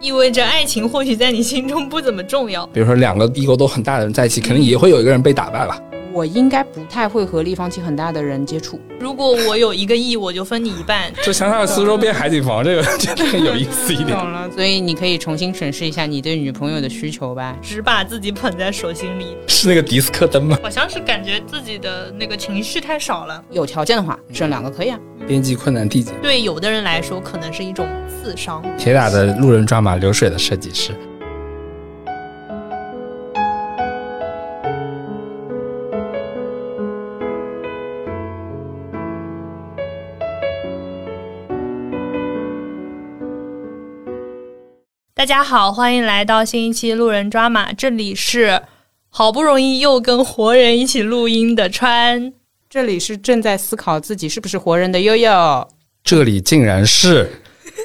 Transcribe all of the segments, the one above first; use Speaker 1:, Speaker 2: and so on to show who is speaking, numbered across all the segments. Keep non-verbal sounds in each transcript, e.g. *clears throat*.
Speaker 1: 意味着爱情或许在你心中不怎么重要。
Speaker 2: 比如说两个 ego 都很大的人在一起，肯定也会有一个人被打败吧。
Speaker 3: 我应该不太会和立方体很大的人接触。
Speaker 1: 如果我有一个亿，我就分你一半。
Speaker 2: *laughs* 就想想苏州变海景房这个， *laughs* 这个有意思一点。
Speaker 3: 懂了，所以你可以重新审视一下你对女朋友的需求吧。
Speaker 1: 只把自己捧在手心里，
Speaker 2: *laughs* 是那个迪斯科灯 *laughs* 吗？
Speaker 1: 好像是感觉自己的那个情绪太少了。
Speaker 3: 有条件的话，生两个可以啊。
Speaker 2: 边际困难递减，
Speaker 1: 对有的人来说，可能是一种刺伤。
Speaker 2: 铁打的路人抓马，流水的设计师。
Speaker 1: 大家好，欢迎来到新一期《路人抓马》，这里是好不容易又跟活人一起录音的川。
Speaker 3: 这里是正在思考自己是不是活人的悠悠，
Speaker 2: 这里竟然是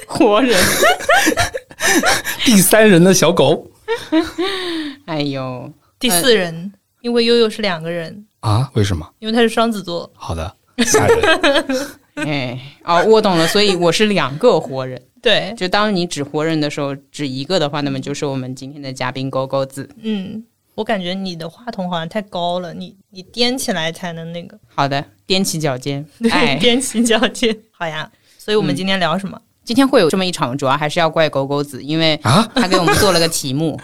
Speaker 3: 活人。
Speaker 2: 第三人的小 *laughs* 狗
Speaker 3: *laughs* 哎呦，
Speaker 1: 第四人，因为悠悠是两个人，
Speaker 2: 啊？为什么？
Speaker 1: 因为他是双子座。
Speaker 2: 好 *laughs* 的，吓人。
Speaker 3: 哎，哦，我懂了，所以我是两个活人。
Speaker 1: 对，
Speaker 3: 就当你指活人的时候，指一个的话，那么就是我们今天的嘉宾勾勾子。
Speaker 1: 嗯，我感觉你的话筒好像太高了，你你踮起来才能那个，
Speaker 3: 好的，踮起脚尖
Speaker 1: 对，，
Speaker 3: 哎，
Speaker 1: 踮起脚尖。好呀，所以我们
Speaker 3: 嗯
Speaker 1: 今天聊什么？
Speaker 3: 今天会有这么一场，主要还是要怪狗狗子，因为
Speaker 2: 啊
Speaker 3: 他给我们做了个题目。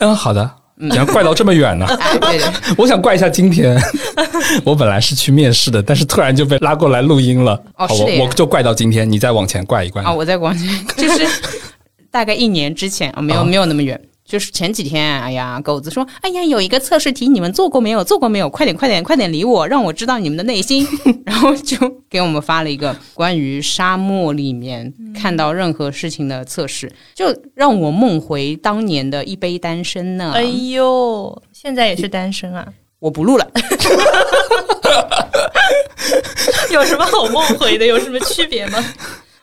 Speaker 2: 嗯，好的。你要怪到这么远 *laughs* 呢？
Speaker 3: 哎，对的，
Speaker 2: 我想怪一下今天， *laughs* 我本来是去面试的，但是突然就被拉过来录音了。
Speaker 3: 哦
Speaker 2: 好，
Speaker 3: 是的呀
Speaker 2: 我我就怪到今天，你再往前怪一怪。
Speaker 3: 啊，我在广西，就是大概一年之前啊，没有
Speaker 2: 啊
Speaker 3: 没有那么远。就是前几天，哎呀，狗子说，哎呀，有一个测试题，你们做过没有？做过没有？快点，快点，快点理我，让我知道你们的内
Speaker 2: *laughs*
Speaker 3: 心。然后就给我们发了一个关于沙漠里面看到任何事情的测试，就让我梦回当年的一杯单身呢。
Speaker 1: 哎呦，现在也是单身啊，
Speaker 3: 我不录了，
Speaker 1: 有什么好梦回的？有什么区别吗？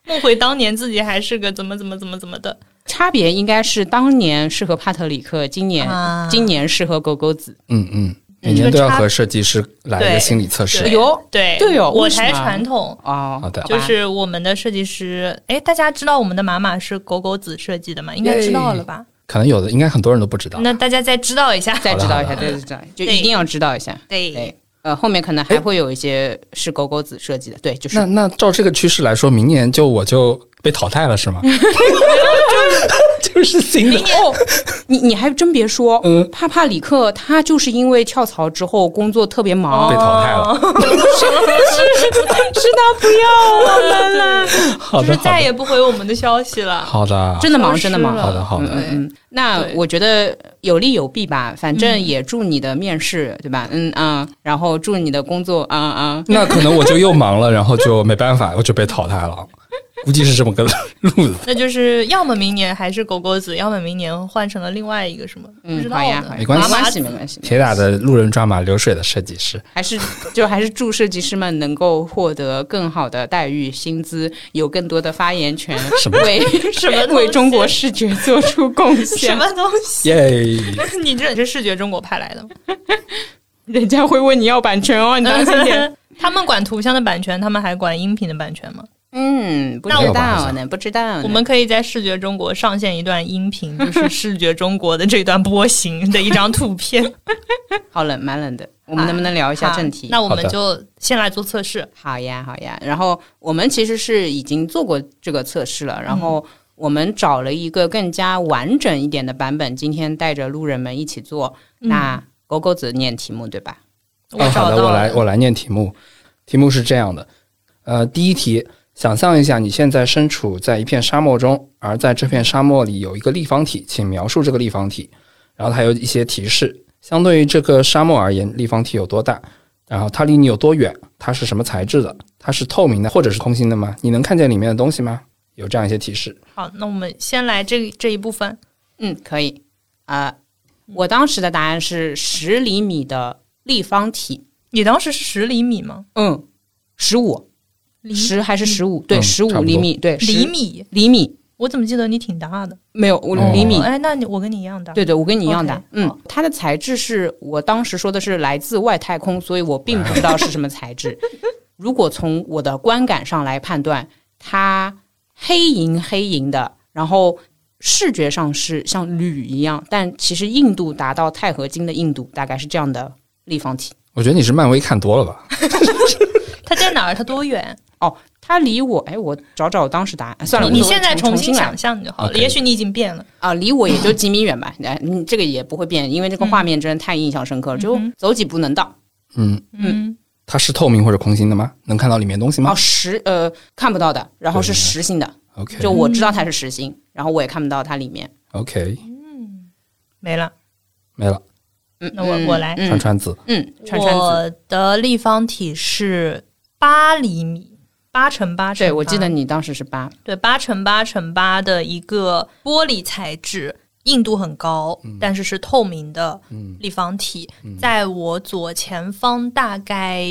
Speaker 1: 梦回当年自己还是个怎么怎么怎么怎么的，
Speaker 3: 差别应该是当年适合帕特里克，今年、
Speaker 1: 啊
Speaker 3: 今年适合狗狗子。
Speaker 2: 嗯嗯，
Speaker 1: 嗯
Speaker 2: 每年都要
Speaker 1: 这个差
Speaker 2: 和设计师来一
Speaker 1: 对
Speaker 2: 个心理测试
Speaker 3: 哎。呦，
Speaker 1: 对
Speaker 3: 对哦
Speaker 1: 我
Speaker 3: 为什
Speaker 1: 才
Speaker 3: 么啊
Speaker 1: 传统。
Speaker 3: 哦，
Speaker 2: 好的
Speaker 3: 吧
Speaker 1: 就是我们的设计师，哎，大家知道我们的玛玛是狗狗子设计的吗？应该知道了吧？
Speaker 2: 可能有的，应该很多人都不知道。
Speaker 1: 那大家再知道一下。
Speaker 3: 再知道一下，
Speaker 2: 好的好的
Speaker 3: 再知道，就一定要知道一下。
Speaker 1: 对，
Speaker 3: 对，呃，后面
Speaker 1: 哎
Speaker 3: 可能还会有一些是狗狗子设计的，对，就是 *laughs*
Speaker 2: 那那照这个趋势来说，明年就我就被淘汰了是 *laughs* 吗？就是新的
Speaker 3: 哦，你你还真别说，
Speaker 2: 嗯
Speaker 3: 帕帕里克他就是因为跳槽之后工作特别
Speaker 1: 哦
Speaker 3: 忙，
Speaker 2: 被淘汰了。
Speaker 3: 是他不要我们了，
Speaker 2: 好
Speaker 1: 就是
Speaker 2: 的，好
Speaker 1: 再
Speaker 2: 的，
Speaker 1: 也不回我们的消息了。
Speaker 2: 好的，
Speaker 3: 真的忙，
Speaker 1: 消失
Speaker 3: 真的忙。
Speaker 1: 了
Speaker 2: 好的，好
Speaker 3: 嗯
Speaker 2: 的。
Speaker 3: 嗯嗯，那
Speaker 1: 对嗯
Speaker 3: 我觉得有利有弊吧，反正也祝你的面试，对吧？嗯啊，然后祝你的工作啊啊，
Speaker 2: 那可能我就又忙了，然后就没办法，我就被淘汰 *laughs* 了，估计是这么个路子。
Speaker 1: *laughs* 那就是要么明年还是狗狗子，要么明年换成了另外一个什么，不知
Speaker 3: 嗯，
Speaker 1: 道
Speaker 3: 好呀，
Speaker 1: 呢
Speaker 3: 好呀
Speaker 2: 没关系
Speaker 3: 没关系，没关系，
Speaker 2: 铁打的路人抓马，流水的设计师，
Speaker 3: 还是 *laughs* 就还是祝设计师们能够获得更好的待遇、薪资，有更多的发言权，
Speaker 2: 什么
Speaker 3: 为
Speaker 1: 什么东西
Speaker 3: *laughs* 为中国视觉做出贡
Speaker 1: *laughs* 什
Speaker 3: 献。
Speaker 1: 么东西？
Speaker 2: 耶！
Speaker 1: 你这是视觉中国派来的吗？
Speaker 3: 人家会问你要版权哦，你当心点。
Speaker 1: *laughs* 他们管图像的版权，他们还管音频的版权吗？
Speaker 3: *laughs* 嗯，不
Speaker 1: 那
Speaker 3: 知
Speaker 2: 我
Speaker 3: 道呢，不知道呢。
Speaker 1: 我们可以在视觉中国上线一段音频，就是视觉中国的这段波
Speaker 3: *laughs*
Speaker 1: 形的一张图片。
Speaker 3: 好冷，蛮冷的。我们能不能聊一下正题？
Speaker 1: 好那我
Speaker 2: 好
Speaker 1: 们
Speaker 2: 的
Speaker 1: 就先来做测试。
Speaker 3: 好呀，好呀。然后我们其实是已经做过这个测试了，
Speaker 1: 嗯
Speaker 3: 然后我们找了一个更加完整一点的版本，今天带着路人们一起做。
Speaker 1: 嗯
Speaker 3: 那狗狗子念题目对吧？
Speaker 1: 我
Speaker 2: 哦，
Speaker 1: 找
Speaker 2: 好
Speaker 1: 到
Speaker 2: 的，
Speaker 1: 了，
Speaker 2: 我来，我来念题目。题目是这样的，呃，第一题，想象一下你现在身处在一片沙漠中，而在这片沙漠里有一个立方体，请描述这个立方体。然后它有一些提示，相对于这个沙漠而言，立方体有多大？然后它离你有多远？它是什么材质的？它是透明的或者是空心的吗？你能看见里面的东西吗？有这样一些提示。
Speaker 1: 好，那我们先来这这一部分。
Speaker 3: 嗯，可以。呃，我当时的答案是十厘米的立方体。
Speaker 1: 你当时是十厘米吗？
Speaker 3: 嗯，十五，
Speaker 1: 厘
Speaker 3: 十还是十五？对，
Speaker 2: 嗯差
Speaker 3: 十五
Speaker 2: 不多
Speaker 3: 厘米，对，
Speaker 1: 厘
Speaker 3: 10
Speaker 1: 米？
Speaker 3: 厘米。
Speaker 1: 我怎么记得你挺大的？
Speaker 3: 没有，我
Speaker 2: 哦
Speaker 3: 厘米
Speaker 1: 哦，哎，那你我跟你一样大。
Speaker 3: 对对，我跟你一样的
Speaker 1: OK，。
Speaker 3: 嗯，它的材质是我当时说的是来自外太空，所以我并不知道是什么材质。如果从我的观感上来判断，它黑银黑银的，然后视觉上是像铝一样，但其实硬度达到钛合金的硬度，大概是这样的立方体。
Speaker 2: 我觉得你是漫威看多了吧？
Speaker 1: 它在哪儿？它多
Speaker 3: *laughs*
Speaker 1: 远？
Speaker 3: 它离我，哎，我找找当时答案，算了，
Speaker 1: 你
Speaker 3: 无
Speaker 1: 你
Speaker 3: 所谓
Speaker 1: 现在
Speaker 3: 重
Speaker 1: 重
Speaker 3: 新
Speaker 1: 新
Speaker 3: 来
Speaker 1: 想象就好了，
Speaker 2: OK
Speaker 1: 也许你已经变了。
Speaker 3: 啊，离我也就几米远吧，哎，你这个也不会变，因为这个画面真的太印象深刻了，就
Speaker 1: 嗯哼
Speaker 3: 走几步能到。
Speaker 2: 嗯，
Speaker 1: 嗯，
Speaker 2: 它是透明或者空心的吗？能看到里面东西
Speaker 3: 哦，
Speaker 2: 吗
Speaker 3: 实呃看不到的，然后
Speaker 2: 对
Speaker 3: 是
Speaker 2: 对对
Speaker 3: 实心的，
Speaker 1: 哦
Speaker 2: ？OK
Speaker 3: 就我知道它是实心，然后我也看不到它里面。
Speaker 2: OK，
Speaker 1: 没了。
Speaker 2: 没了，
Speaker 3: 嗯，
Speaker 1: 那我
Speaker 3: 嗯
Speaker 1: 我来
Speaker 2: 川
Speaker 3: 嗯
Speaker 2: 川子，
Speaker 3: 嗯，川川子，
Speaker 1: 我的立方体是八厘米，八乘八乘
Speaker 3: 对
Speaker 1: 八。
Speaker 3: 我记得你当时是八，
Speaker 1: 对，八乘八乘八的一个玻璃材质，硬度很高，
Speaker 3: 嗯
Speaker 1: 但是是透明的
Speaker 2: 嗯
Speaker 1: 立方体，在我左前方大概。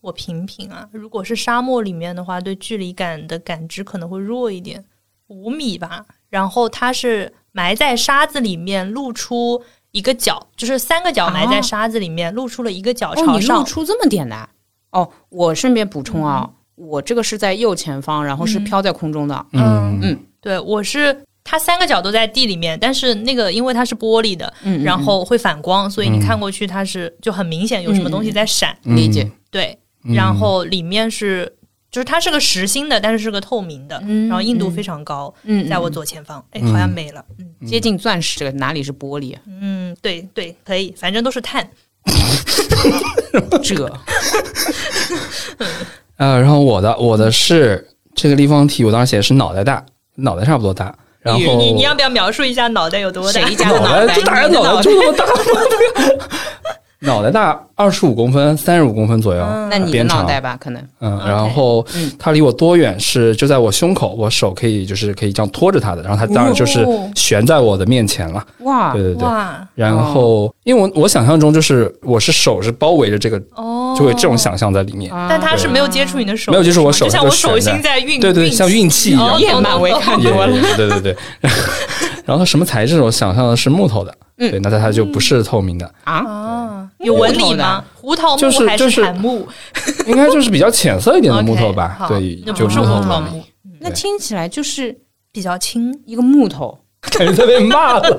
Speaker 1: 我品品啊，如果是沙漠里面的话，对距离感的感知可能会弱一点，五米吧。然后它是埋在沙子里面，露出一个角，就是三个角埋在
Speaker 3: 啊
Speaker 1: 沙子里面，露出了一个角
Speaker 3: 哦，
Speaker 1: 朝
Speaker 3: 你
Speaker 1: 上。
Speaker 3: 露出这么点的啊？哦，我顺便补充啊，我这个是在右前方，然后是飘在空中的。
Speaker 1: 嗯
Speaker 2: 嗯
Speaker 1: 对，我是它三个角都在地里面，但是那个因为它是玻璃的，
Speaker 3: 嗯，嗯
Speaker 1: 然后会反光，所以你
Speaker 2: 嗯
Speaker 1: 看过去它是就很明显有什么东西在闪。
Speaker 2: 嗯
Speaker 3: 理解
Speaker 1: 对，
Speaker 2: 嗯
Speaker 1: 然后里面是就是它是个实心的，但是是个透明的，
Speaker 3: 嗯
Speaker 1: 然后硬度非常高，
Speaker 3: 嗯，嗯
Speaker 1: 在我左前方，哎，
Speaker 2: 嗯
Speaker 1: 好像没了。嗯
Speaker 3: 接近钻石，这个哪里是玻璃啊？
Speaker 1: 嗯，对对，可以，反正都是碳。
Speaker 3: 这
Speaker 2: 呃，然后我的我的是这个立方体，我当时写的是脑袋大，脑袋差不多大。然后
Speaker 1: 你你你要不要描述一下 *laughs* 脑袋有多大？
Speaker 3: 谁家的
Speaker 2: 脑袋就大概
Speaker 3: 你的
Speaker 2: 脑袋就那么大 *laughs* 吗脑袋大二十五公分，三十五公分左右。啊
Speaker 1: 嗯
Speaker 3: 那你的
Speaker 2: 边长
Speaker 3: 脑袋吧，可能
Speaker 2: 嗯，
Speaker 1: OK
Speaker 2: 然后
Speaker 3: 嗯
Speaker 2: 它离我多远是就在我胸口，我手可以就是可以这样托着它的，然后它当然就是
Speaker 1: 哦
Speaker 2: 悬在我的面前了。
Speaker 3: 哇
Speaker 2: 对，对对。
Speaker 1: 哇
Speaker 2: 然后，因为我我想象中就是我是手是包围着这个，
Speaker 1: 哦，
Speaker 2: 就会这种。想象在里面。
Speaker 3: 啊
Speaker 1: 但它是没有接触你的手，
Speaker 2: 没有接触我手
Speaker 1: 就像我手
Speaker 2: 它就
Speaker 1: 心在运，
Speaker 2: 对对，像运气一样
Speaker 1: 哦。
Speaker 3: 夜漫威看
Speaker 2: *laughs* 也
Speaker 3: 多了。
Speaker 2: 对对对。然后什么材质？我想象的是木头的，
Speaker 3: 嗯
Speaker 2: 对，那它它就不是透明的，
Speaker 3: 啊，
Speaker 1: 啊，有纹理吗？胡桃
Speaker 2: 就
Speaker 1: 木
Speaker 2: 是
Speaker 1: 还
Speaker 2: 就是
Speaker 1: 檀木？
Speaker 2: 应该就是比较浅色一点的
Speaker 1: OK，
Speaker 2: 木头吧
Speaker 1: 嗯好？
Speaker 2: 对，
Speaker 1: 那
Speaker 2: 就
Speaker 1: 不是
Speaker 2: 木
Speaker 1: 木
Speaker 2: 头
Speaker 1: 头
Speaker 2: 嘛，
Speaker 1: 木，
Speaker 3: 那听起来就是
Speaker 1: 比较轻。
Speaker 3: 一个木头。
Speaker 2: *laughs* 感觉在被骂
Speaker 1: *laughs*
Speaker 2: 了。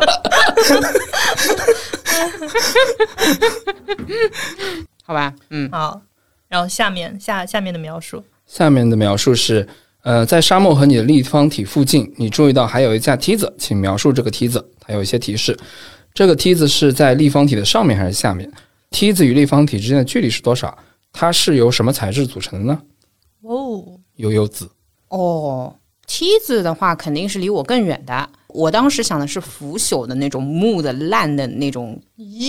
Speaker 3: 好吧，嗯，
Speaker 1: 好，然后下面下下面的描述，
Speaker 2: 下面的描述是，呃，在沙漠和你的立方体附近，你注意到还有一架梯子，请描述这个梯子。它有一些提示，这个梯子是在立方体的上面还是下面？梯子与立方体之间的距离是多少？它是由什么材质组成的呢？
Speaker 1: 哦，
Speaker 2: 悠悠子，
Speaker 3: 哦，梯子的话肯定是离我更远的。我当时想的是腐朽的那种木的烂的那种，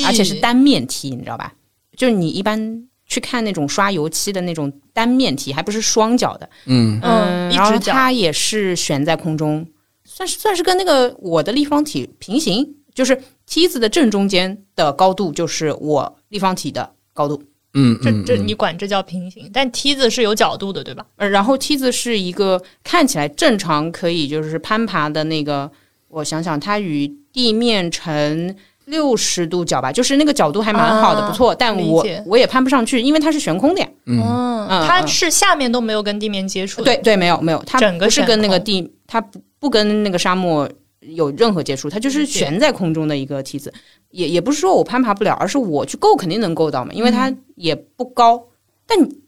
Speaker 3: 而且是单面梯，你知道吧？就是你一般去看那种刷油漆的那种单面梯，还不是双脚的，
Speaker 2: 嗯，
Speaker 1: 嗯一
Speaker 3: 然后
Speaker 1: 只脚
Speaker 3: 它也是悬在空中，算是算是跟那个我的立方体平行，就是梯子的正中间的高度就是我立方体的高度。
Speaker 2: 嗯
Speaker 1: 这
Speaker 2: 嗯
Speaker 1: 这
Speaker 2: 嗯
Speaker 1: 你管这叫平行，但梯子是有角度的，对吧？
Speaker 3: 呃，然后梯子是一个看起来正常可以就是攀爬的那个，我想想，它与地面呈六十度角吧，就是那个角度还蛮好的，
Speaker 1: 啊
Speaker 3: 不错，但
Speaker 1: 理
Speaker 3: 我
Speaker 1: 解
Speaker 3: 我也攀不上去，因为它是悬空的呀。
Speaker 2: 嗯，
Speaker 1: 嗯
Speaker 3: 嗯
Speaker 1: 它是下面都没有跟地面接触的，
Speaker 3: 对对，没有没有，它
Speaker 1: 整个
Speaker 3: 不是
Speaker 1: 悬
Speaker 3: 跟那个
Speaker 1: 空
Speaker 3: 地，它不不跟那个沙漠有任何接触，它就是
Speaker 1: 理解
Speaker 3: 悬在空中的一个梯子。也也不是说我攀爬不了，而是我去够肯定能够到嘛，因为它也不高。但你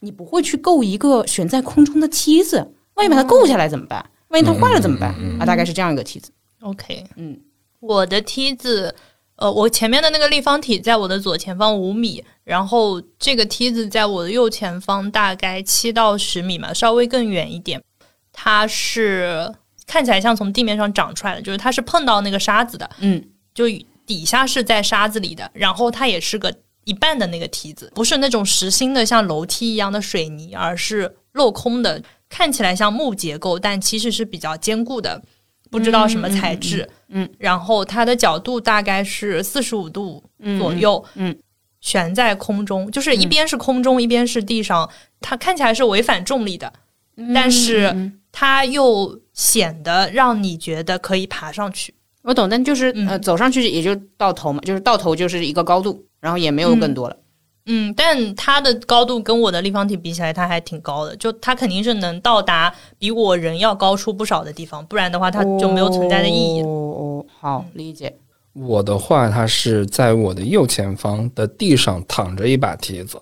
Speaker 3: 你不会去够一个悬在空中的梯子，万一把它够下来怎么办？万一它坏了怎么办？啊，大概是这样一个梯子。
Speaker 1: ，OK，
Speaker 3: 嗯，
Speaker 1: 我的梯子。呃，我前面的那个立方体在我的左前方五米，然后这个梯子在我的右前方大概七到十米嘛，稍微更远一点。它是看起来像从地面上长出来的，就是它是碰到那个沙子的，
Speaker 3: 嗯，
Speaker 1: 就底下是在沙子里的，然后它也是个一半的那个梯子，不是那种实心的像楼梯一样的水泥，而是镂空的，看起来像木结构，但其实是比较坚固的，不知道什么材质。
Speaker 3: 嗯嗯
Speaker 1: 然后它的角度大概是四十五度左右，
Speaker 3: 嗯嗯
Speaker 1: 悬在空中，就是一边是空中，一边是地上，它看起来是违反重力的，
Speaker 3: 嗯
Speaker 1: 但是它又显得让你觉得可以爬上去。
Speaker 3: 我懂，但就是、
Speaker 1: 嗯
Speaker 3: 呃，走上去也就到头嘛，就是到头就是一个高度，然后也没有更多了。
Speaker 1: 嗯，但它的高度跟我的立方体比起来，它还挺高的，就它肯定是能到达比我人要高出不少的地方，不然的话它就没有存在的意义了。
Speaker 3: 哦，好理解。
Speaker 2: 我的话，它是在我的右前方的地上躺着一把梯子，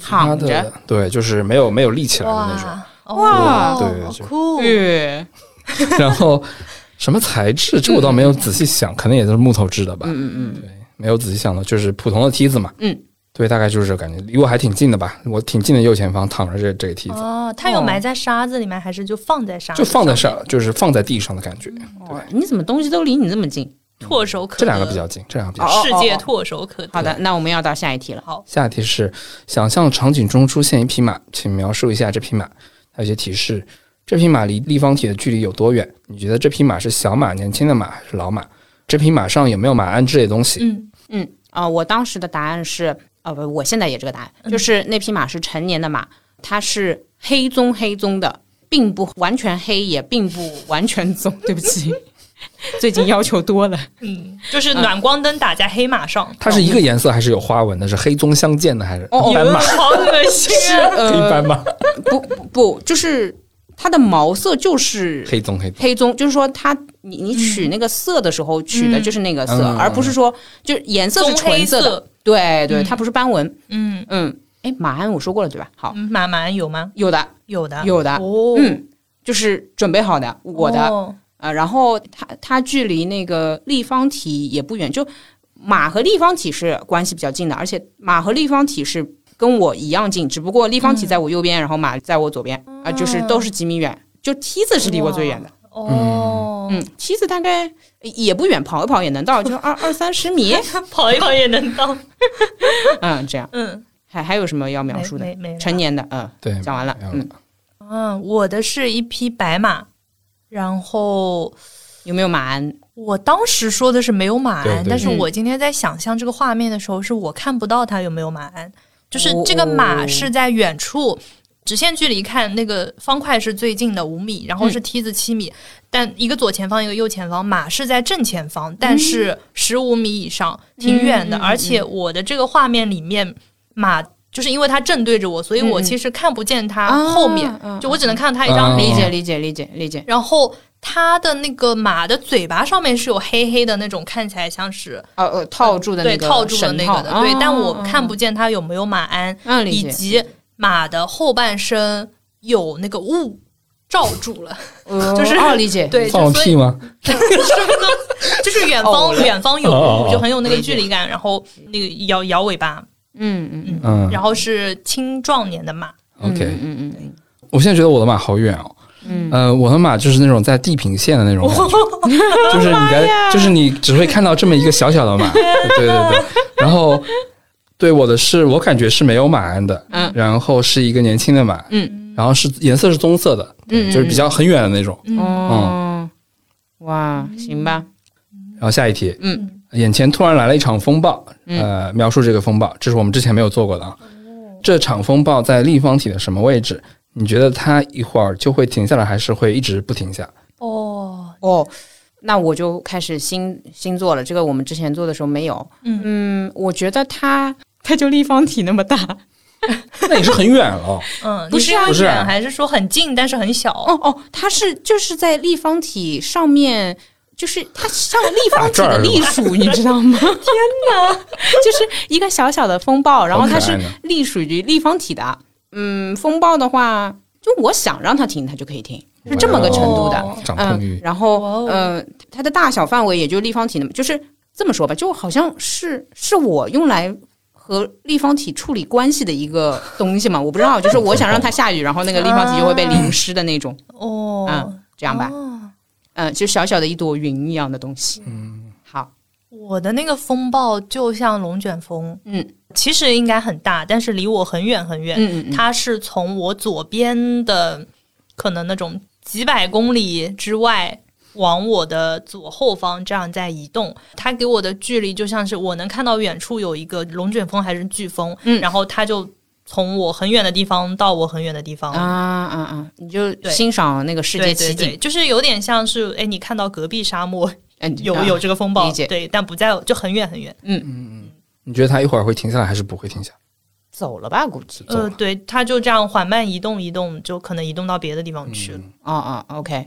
Speaker 2: 它
Speaker 3: 躺着，
Speaker 2: 的对，就是没有没有立起来的那种。
Speaker 1: 哇哇，
Speaker 2: 哦对对
Speaker 1: 好
Speaker 2: 就
Speaker 1: 酷！
Speaker 3: 对，
Speaker 2: 然后什么材质，这我倒没有仔细想，可能也就是木头制的吧。嗯嗯嗯，对，没有仔细想到，就是普通的梯子嘛。
Speaker 3: 嗯，
Speaker 2: 对，大概就是这个感觉，离我还挺近的吧，我挺近的右前方躺着这这个梯子，
Speaker 1: 哦，它有埋在沙子里面，还是就放在沙子
Speaker 2: 就
Speaker 1: 上？
Speaker 2: 放在上，就是放在地上的感觉。
Speaker 3: 哦，你怎么东西都离你这么近？
Speaker 1: 唾手可得，
Speaker 2: 这两个比较近，这两个比较近。
Speaker 1: 世界唾手可
Speaker 3: 好
Speaker 1: 得。
Speaker 3: 的，那我们要到下一题了。
Speaker 2: 下一题是：想象场景中出现一匹马，请描述一下这匹马。还有一些提示：这匹马离立方体的距离有多远？你觉得这匹马是小马、年轻的马还是老马？这匹马上有没有马鞍之类的东西？
Speaker 1: 嗯，
Speaker 3: 嗯，啊，我当时的答案是，呃，不，我现在也这个答
Speaker 1: 嗯
Speaker 3: 案，就是那匹马是成年的马，它是黑棕黑棕的，并不完全黑，也并不完全棕。 *laughs* 对不起，最近要求
Speaker 1: *laughs*
Speaker 3: 多了。
Speaker 1: 就是暖光灯打在黑马上，
Speaker 2: 它是一个颜色还是有花纹的？是黑棕相间的还是
Speaker 3: 哦
Speaker 2: 一般马？
Speaker 1: 好嗯恶心啊！
Speaker 2: 一
Speaker 3: 呃，
Speaker 2: 般马，
Speaker 3: 不不不，就是它的毛色就是
Speaker 2: 黑棕黑棕。
Speaker 3: 黑棕，就是说它你你取那个色的时候
Speaker 1: 嗯
Speaker 3: 取的就是那个色，
Speaker 2: 嗯
Speaker 3: 而不是说就是颜色是
Speaker 1: 棕黑
Speaker 3: 纯色的。
Speaker 1: 色，
Speaker 3: 对对，
Speaker 1: 嗯
Speaker 3: 它不是斑纹。
Speaker 1: 嗯，
Speaker 3: 嗯，哎，马鞍我说过了对吧？好，
Speaker 1: 嗯马马鞍有吗？
Speaker 3: 有的
Speaker 1: 有
Speaker 2: 啊
Speaker 1: 的，
Speaker 3: 有的，
Speaker 1: 哦，
Speaker 3: 嗯，就是准备好的，我的、
Speaker 1: 哦
Speaker 3: 啊，然后它它距离那个立方体也不远，就马和立方体是关系比较近的，而且马和立方体是跟我一样近，只不过立方
Speaker 1: 嗯
Speaker 3: 体在我右边，然后马在我左边啊、就是都是几米远，就梯子是离我最远的，
Speaker 2: 嗯
Speaker 1: 哦，
Speaker 3: 嗯，梯子大概也不远，跑一跑也
Speaker 1: *laughs*
Speaker 3: 能到，就二二三十米，
Speaker 1: 跑一跑也能到。
Speaker 3: 嗯，这样
Speaker 1: 嗯，
Speaker 3: 还还有什么要描
Speaker 1: 没
Speaker 3: 述的？
Speaker 1: 没没了
Speaker 3: 成年的，嗯，
Speaker 2: 对，
Speaker 3: 讲完了，
Speaker 2: 哎没有了
Speaker 3: 嗯，
Speaker 1: 嗯，我的是一匹白马，然后
Speaker 3: 有没有马鞍？
Speaker 1: 我当时说的是没有马
Speaker 2: 对
Speaker 1: 鞍，
Speaker 2: 对
Speaker 1: 但是我今天在想象这个画面的时候，是我看不到它有没有马鞍，就是
Speaker 3: 哦
Speaker 1: 这个马是在远处。直线距离看，那个方块是最近的五米，然
Speaker 3: 嗯
Speaker 1: 后是梯子七米，但一个左前方，一个右前方，马是在正前方，但是十五米以上，挺远的。
Speaker 3: 嗯嗯嗯
Speaker 1: 而且我的这个画面里面，马就是因为它正对着我，所以我
Speaker 3: 嗯嗯
Speaker 1: 其实看不见它后面，
Speaker 3: 啊
Speaker 1: 就我只能看到它一张
Speaker 2: 啊
Speaker 1: 脸
Speaker 3: 理解理解理解理解，
Speaker 1: 然后它的那个马的嘴巴上面是有黑黑的那种，看起来像是
Speaker 3: 哦哦，套住的
Speaker 1: 嗯
Speaker 3: 那
Speaker 1: 对
Speaker 3: 个
Speaker 1: 套住的
Speaker 3: 绳
Speaker 1: 那
Speaker 3: 套
Speaker 1: 个的，对，
Speaker 3: 哦
Speaker 1: 但我看不见它有没有马鞍，
Speaker 3: 嗯理
Speaker 1: 以
Speaker 3: 解。
Speaker 1: 及马的后半身有那个雾罩住了，
Speaker 3: 就
Speaker 1: *laughs* 就是
Speaker 3: 哦，理解，
Speaker 1: 对，就
Speaker 2: 放了
Speaker 1: 所 *laughs*
Speaker 2: 屁
Speaker 1: 以
Speaker 2: 吗？
Speaker 1: 就是
Speaker 3: *laughs*
Speaker 1: 远
Speaker 3: 呕
Speaker 1: 方
Speaker 3: 了
Speaker 1: 远方有
Speaker 2: 哦哦
Speaker 1: 雾，
Speaker 2: 哦
Speaker 1: 就很有那个距离感，然后那个摇摇尾巴，
Speaker 3: 嗯嗯嗯
Speaker 2: 嗯
Speaker 1: 然后是青壮年的马，
Speaker 3: 嗯
Speaker 2: ，OK。
Speaker 3: 嗯嗯嗯
Speaker 2: 我现在觉得我的马好远哦。
Speaker 3: 嗯
Speaker 2: 呃，我的马就是那种在地平线的那
Speaker 3: *laughs*
Speaker 2: 种感觉，就是你
Speaker 3: 哎
Speaker 2: 的，就是你只会看到这么一个小小
Speaker 3: *laughs*
Speaker 2: 的马，对对对。然后对我的是，我感觉是没有马鞍的，
Speaker 3: 嗯，
Speaker 2: 然后是一个年轻的马，
Speaker 3: 嗯，
Speaker 2: 然后是颜色是棕色的，
Speaker 3: 嗯嗯
Speaker 2: 就是比较很远的那种。
Speaker 3: 嗯，哦，哇，行吧，
Speaker 2: 然后下一题，
Speaker 3: 嗯，
Speaker 2: 眼前突然来了一场风暴，呃，描述这个风暴，这是我们之前没有做过的啊。
Speaker 3: 哦
Speaker 2: 这场风暴在立方体的什么位置？你觉得它一会儿就会停下来，还是会一直不停下？
Speaker 1: 哦，
Speaker 3: 哦。那我就开始新新做了，这个我们之前做的时候没有。
Speaker 1: 嗯
Speaker 3: 嗯，我觉得它它就立方体那么大。
Speaker 2: *laughs* 那也是很远了哦，
Speaker 1: 嗯，
Speaker 3: 不是啊
Speaker 1: 你
Speaker 2: 不是啊
Speaker 1: 远还是说很近，但是很小，
Speaker 3: 哦哦，它是就是在立方体上面，就是它像立方体
Speaker 2: 啊这
Speaker 3: 的
Speaker 2: 儿是吧
Speaker 3: 隶属，你知道吗？天哪， *laughs* 就是一个小小的风暴，然后它
Speaker 2: 好可爱
Speaker 3: 是
Speaker 2: 呢
Speaker 3: 隶属于立方体的。嗯，风暴的话，就我想让它停，它就可以停，是这么个程度的。
Speaker 1: 哦
Speaker 2: 掌控
Speaker 3: 嗯
Speaker 2: 欲，。
Speaker 3: 然
Speaker 1: 哇
Speaker 3: 后
Speaker 1: 哦
Speaker 3: 呃，它的大小范围也就立方体那么，就是这么说吧，就好像是是我用来。和立方体处理关系的一个东西嘛，我不知道，就是我想让它下雨，然后那个立方体就会被淋湿的那种，
Speaker 1: 哦，
Speaker 3: 嗯，这样吧，
Speaker 1: 哦
Speaker 3: 嗯，就小小的一朵云一样的东西。嗯，好，
Speaker 1: 我的那个风暴就像龙卷风，
Speaker 3: 嗯，
Speaker 1: 其实应该很大，但是离我很远很远。
Speaker 3: 嗯嗯嗯，
Speaker 1: 它是从我左边的可能那种几百公里之外往我的左后方这样在移动。它给我的距离就像是我能看到远处有一个龙卷风还是飓风，
Speaker 3: 嗯
Speaker 1: 然后它就从我很远的地方到我很远的地方。
Speaker 3: 啊啊啊，你就欣赏那个世界
Speaker 1: 对嗯
Speaker 3: 奇
Speaker 1: 对
Speaker 3: 景
Speaker 1: 对，，就是有点像是哎，你看到隔壁沙漠
Speaker 3: 嗯，
Speaker 1: 有
Speaker 3: 啊
Speaker 1: 有，这个风暴，
Speaker 3: 理解
Speaker 1: 对，但不在就很远很远。
Speaker 3: 嗯
Speaker 1: 嗯
Speaker 2: 你觉得它一会儿会停下来还是不会停下？
Speaker 3: 走了吧，估计。
Speaker 2: 走
Speaker 1: 呃，对，它就这样缓慢移动，移动就可能移动到别的地方去了。
Speaker 2: 嗯
Speaker 3: 哦哦，OK，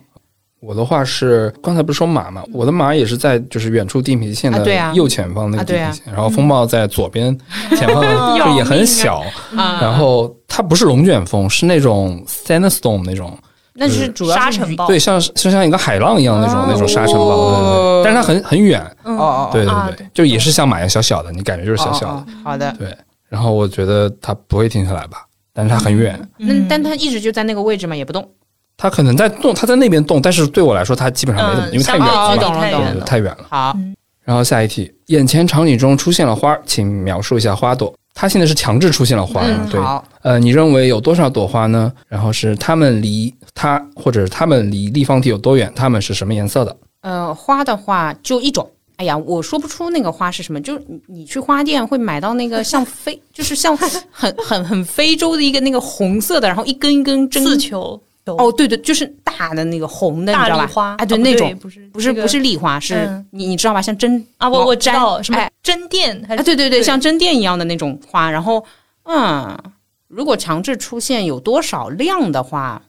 Speaker 2: 我的话是刚才不是说马嘛，我的马也是在就是远处地平线
Speaker 3: 啊
Speaker 2: 的
Speaker 3: 对啊
Speaker 2: 右前方那个
Speaker 3: 啊
Speaker 2: 地
Speaker 3: 对啊
Speaker 2: 平线，然后风暴在左边前方
Speaker 1: 要
Speaker 2: 就也
Speaker 3: *laughs*
Speaker 1: 命啊
Speaker 2: 很小，
Speaker 3: 啊，
Speaker 2: 然后它不是龙卷风，是那种 sandstorm 那种，
Speaker 3: 那是主要是
Speaker 1: 沙尘
Speaker 3: 雨
Speaker 1: 暴
Speaker 2: 对，像就像一个海浪一样那种、
Speaker 1: 哦
Speaker 2: 那种沙尘暴，对对对，但是它很很远，
Speaker 1: 嗯
Speaker 3: 哦哦哦
Speaker 2: 对对对，
Speaker 1: 啊对
Speaker 2: 就也是像马一样小小的，你感觉就是小小的，
Speaker 3: 哦哦哦好的，
Speaker 2: 对。然后我觉得它不会停下来吧，但是它很远，
Speaker 1: 嗯
Speaker 3: 那但它一直就在那个位置嘛，也不动。
Speaker 2: 它可能在动，它在那边动，但是对我来说它基本上没怎么，
Speaker 1: 嗯
Speaker 2: 因为太远
Speaker 3: 相
Speaker 2: 了
Speaker 3: 对
Speaker 2: 嘛，
Speaker 3: 懂了
Speaker 1: 太
Speaker 2: 对
Speaker 3: 懂了
Speaker 1: 远
Speaker 2: 对
Speaker 1: 了。
Speaker 2: 太远了。
Speaker 3: 好，
Speaker 2: 然后下一题，眼前场景中出现了花，请描述一下花朵。它现在是强制出现了花，
Speaker 3: 嗯，
Speaker 2: 对，
Speaker 3: 好，
Speaker 2: 呃，你认为有多少朵花呢？然后是它们离它，或者是它们离立方体有多远？它们是什么颜色的？
Speaker 3: 呃，花的话就一种。哎呀，我说不出那个花是什么，就是你你去花店会买到那个像非， *laughs* 就是像很很很非洲的一个那个红色的，然后一根一根针
Speaker 1: 刺球球
Speaker 3: 哦，对对，就是大的那个红的，你
Speaker 1: 大
Speaker 3: 知道
Speaker 1: 丽
Speaker 3: 吧？
Speaker 1: 花哦
Speaker 3: 啊，对，
Speaker 1: 不
Speaker 3: 那种
Speaker 1: 不是
Speaker 3: 不是
Speaker 1: 这个
Speaker 3: 不是丽花，是
Speaker 1: 嗯
Speaker 3: 你你知道吧？像针
Speaker 1: 啊，我我知
Speaker 3: 毛
Speaker 1: 道
Speaker 3: 毡
Speaker 1: 什么
Speaker 3: 哎
Speaker 1: 针垫还
Speaker 3: 啊，
Speaker 1: 是
Speaker 3: 对对对，像针垫一样的那种花。然后，嗯，如果强制出现有多少量的话，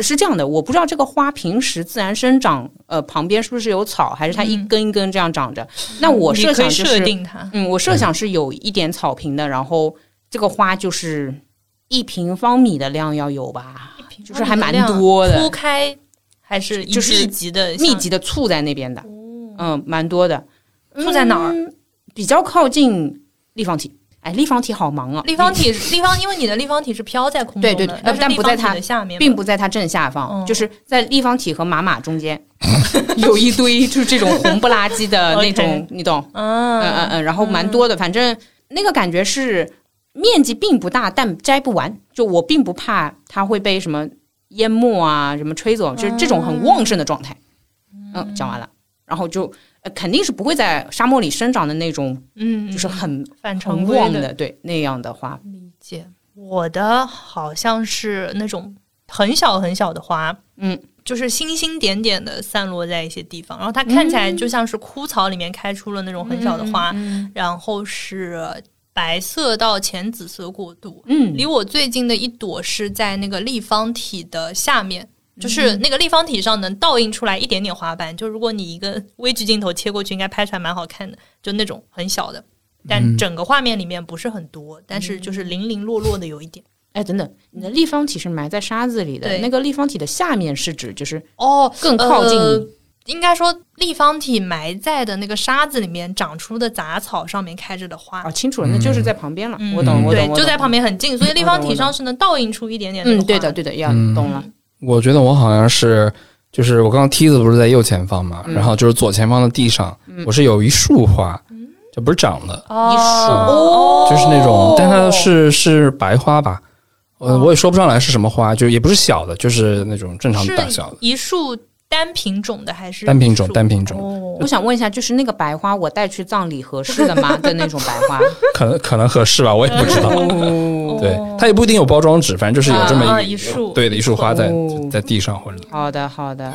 Speaker 3: 是这样的，我不知道这个花平时自然生长，呃，旁边是不是有草，还是它一
Speaker 1: 嗯
Speaker 3: 根一根这样长着？那我
Speaker 1: 你
Speaker 3: 设
Speaker 1: 可
Speaker 3: 想
Speaker 1: 以
Speaker 3: 就
Speaker 1: 设
Speaker 3: 是，
Speaker 1: 定它，
Speaker 3: 嗯，我设想是有一点草坪的，然后这个花就是一平方米的量要有吧，就是还蛮多的
Speaker 1: 铺开还是一
Speaker 3: 就是
Speaker 1: 密集的
Speaker 3: 密集的簇在那边的，
Speaker 1: 哦
Speaker 3: 嗯，蛮多的。
Speaker 1: 住在哪儿？
Speaker 3: 嗯比较靠近立方体。哎，立方体好忙啊！
Speaker 1: 立方体，立方，因为你的立方体是飘在空中的，
Speaker 3: 对对对
Speaker 1: 它是
Speaker 3: 但不
Speaker 1: 立方
Speaker 3: 在
Speaker 1: 体
Speaker 3: 它
Speaker 1: 的下面嘛，
Speaker 3: 并不在它正下方，
Speaker 1: 嗯
Speaker 3: 就是在立方体和马马中间， *laughs* 有一堆就是这种红不拉
Speaker 1: *laughs*
Speaker 3: 几的那种
Speaker 1: OK，
Speaker 3: 你懂？嗯嗯
Speaker 1: 嗯，
Speaker 3: 嗯，然后蛮多的，反正那个感觉是面积并不大，但摘不完。就我并不怕它会被什么淹没啊，什么吹走，就是这种很旺盛的状态。嗯，讲完了，然后就、呃肯定是不会在沙漠里生长的那种，
Speaker 1: 嗯，
Speaker 3: 就是很
Speaker 1: 反常
Speaker 3: 很
Speaker 1: 规
Speaker 3: 旺
Speaker 1: 的
Speaker 3: 的，对那样的花。
Speaker 1: 理解。我的好像是那种很小很小的花，
Speaker 3: 嗯，
Speaker 1: 就是星星点点的散落在一些地方，然后它看起来就像是枯草里面开出了那种很小的
Speaker 3: 嗯
Speaker 1: 花，然后是白色到浅紫色过渡。
Speaker 3: 嗯
Speaker 1: 离我最近的一朵是在那个立方体的下面。
Speaker 3: 嗯
Speaker 1: 就是那个立方体上能倒映出来一点点花瓣，就如果你一个微距镜头切过去，应该拍出来蛮好看的，就那种很小的，但
Speaker 2: 嗯
Speaker 1: 整个画面里面不是很多，但是就是
Speaker 3: 嗯
Speaker 1: 零零落落的有一点。
Speaker 3: 哎，等等，你的立方体是埋在沙子里的，
Speaker 1: 对
Speaker 3: 那个立方体的下面是指就是
Speaker 1: 哦，
Speaker 3: 更靠近
Speaker 1: 呃
Speaker 3: 你
Speaker 1: 应该说立方体埋在的那个沙子里面长出的杂草上面开着的花。
Speaker 3: 啊，清楚了，那就是在旁边了。
Speaker 1: 嗯
Speaker 3: 我懂，我懂，
Speaker 1: 对
Speaker 3: 我，懂
Speaker 1: 就在旁。边很近，所以立方体
Speaker 3: 我懂
Speaker 1: 上是能倒映出一点点那个
Speaker 3: 嗯，
Speaker 1: 花嗯
Speaker 3: 对的，，对的，要懂了。
Speaker 2: 我觉得我好像是，就是我刚刚梯子不是在右前方嘛，然后就是左前方的地上，我是有一束花，这不是长的，
Speaker 1: 哦
Speaker 3: 一束哦
Speaker 2: 就是那种，但它是是白花吧，呃，
Speaker 1: 哦
Speaker 2: 我也说不上来是什么花，就也不是小的，就是那种正常
Speaker 1: 是
Speaker 2: 大小的
Speaker 1: 一束单品种的还是
Speaker 2: 单品种
Speaker 1: 一束
Speaker 2: 单品种
Speaker 1: 哦
Speaker 3: 我想问一下，就是那个白花，我带去葬礼合适的
Speaker 1: *laughs*
Speaker 3: 吗？的那种白花，哦
Speaker 2: 可能可能合适吧，我也不知道。对，它也不一定有包装纸，反正就是有这
Speaker 1: 哦啊啊
Speaker 2: 么
Speaker 1: 一束
Speaker 2: 对的一束花在
Speaker 3: 哦
Speaker 2: 在地上或者，
Speaker 3: 好的，好的，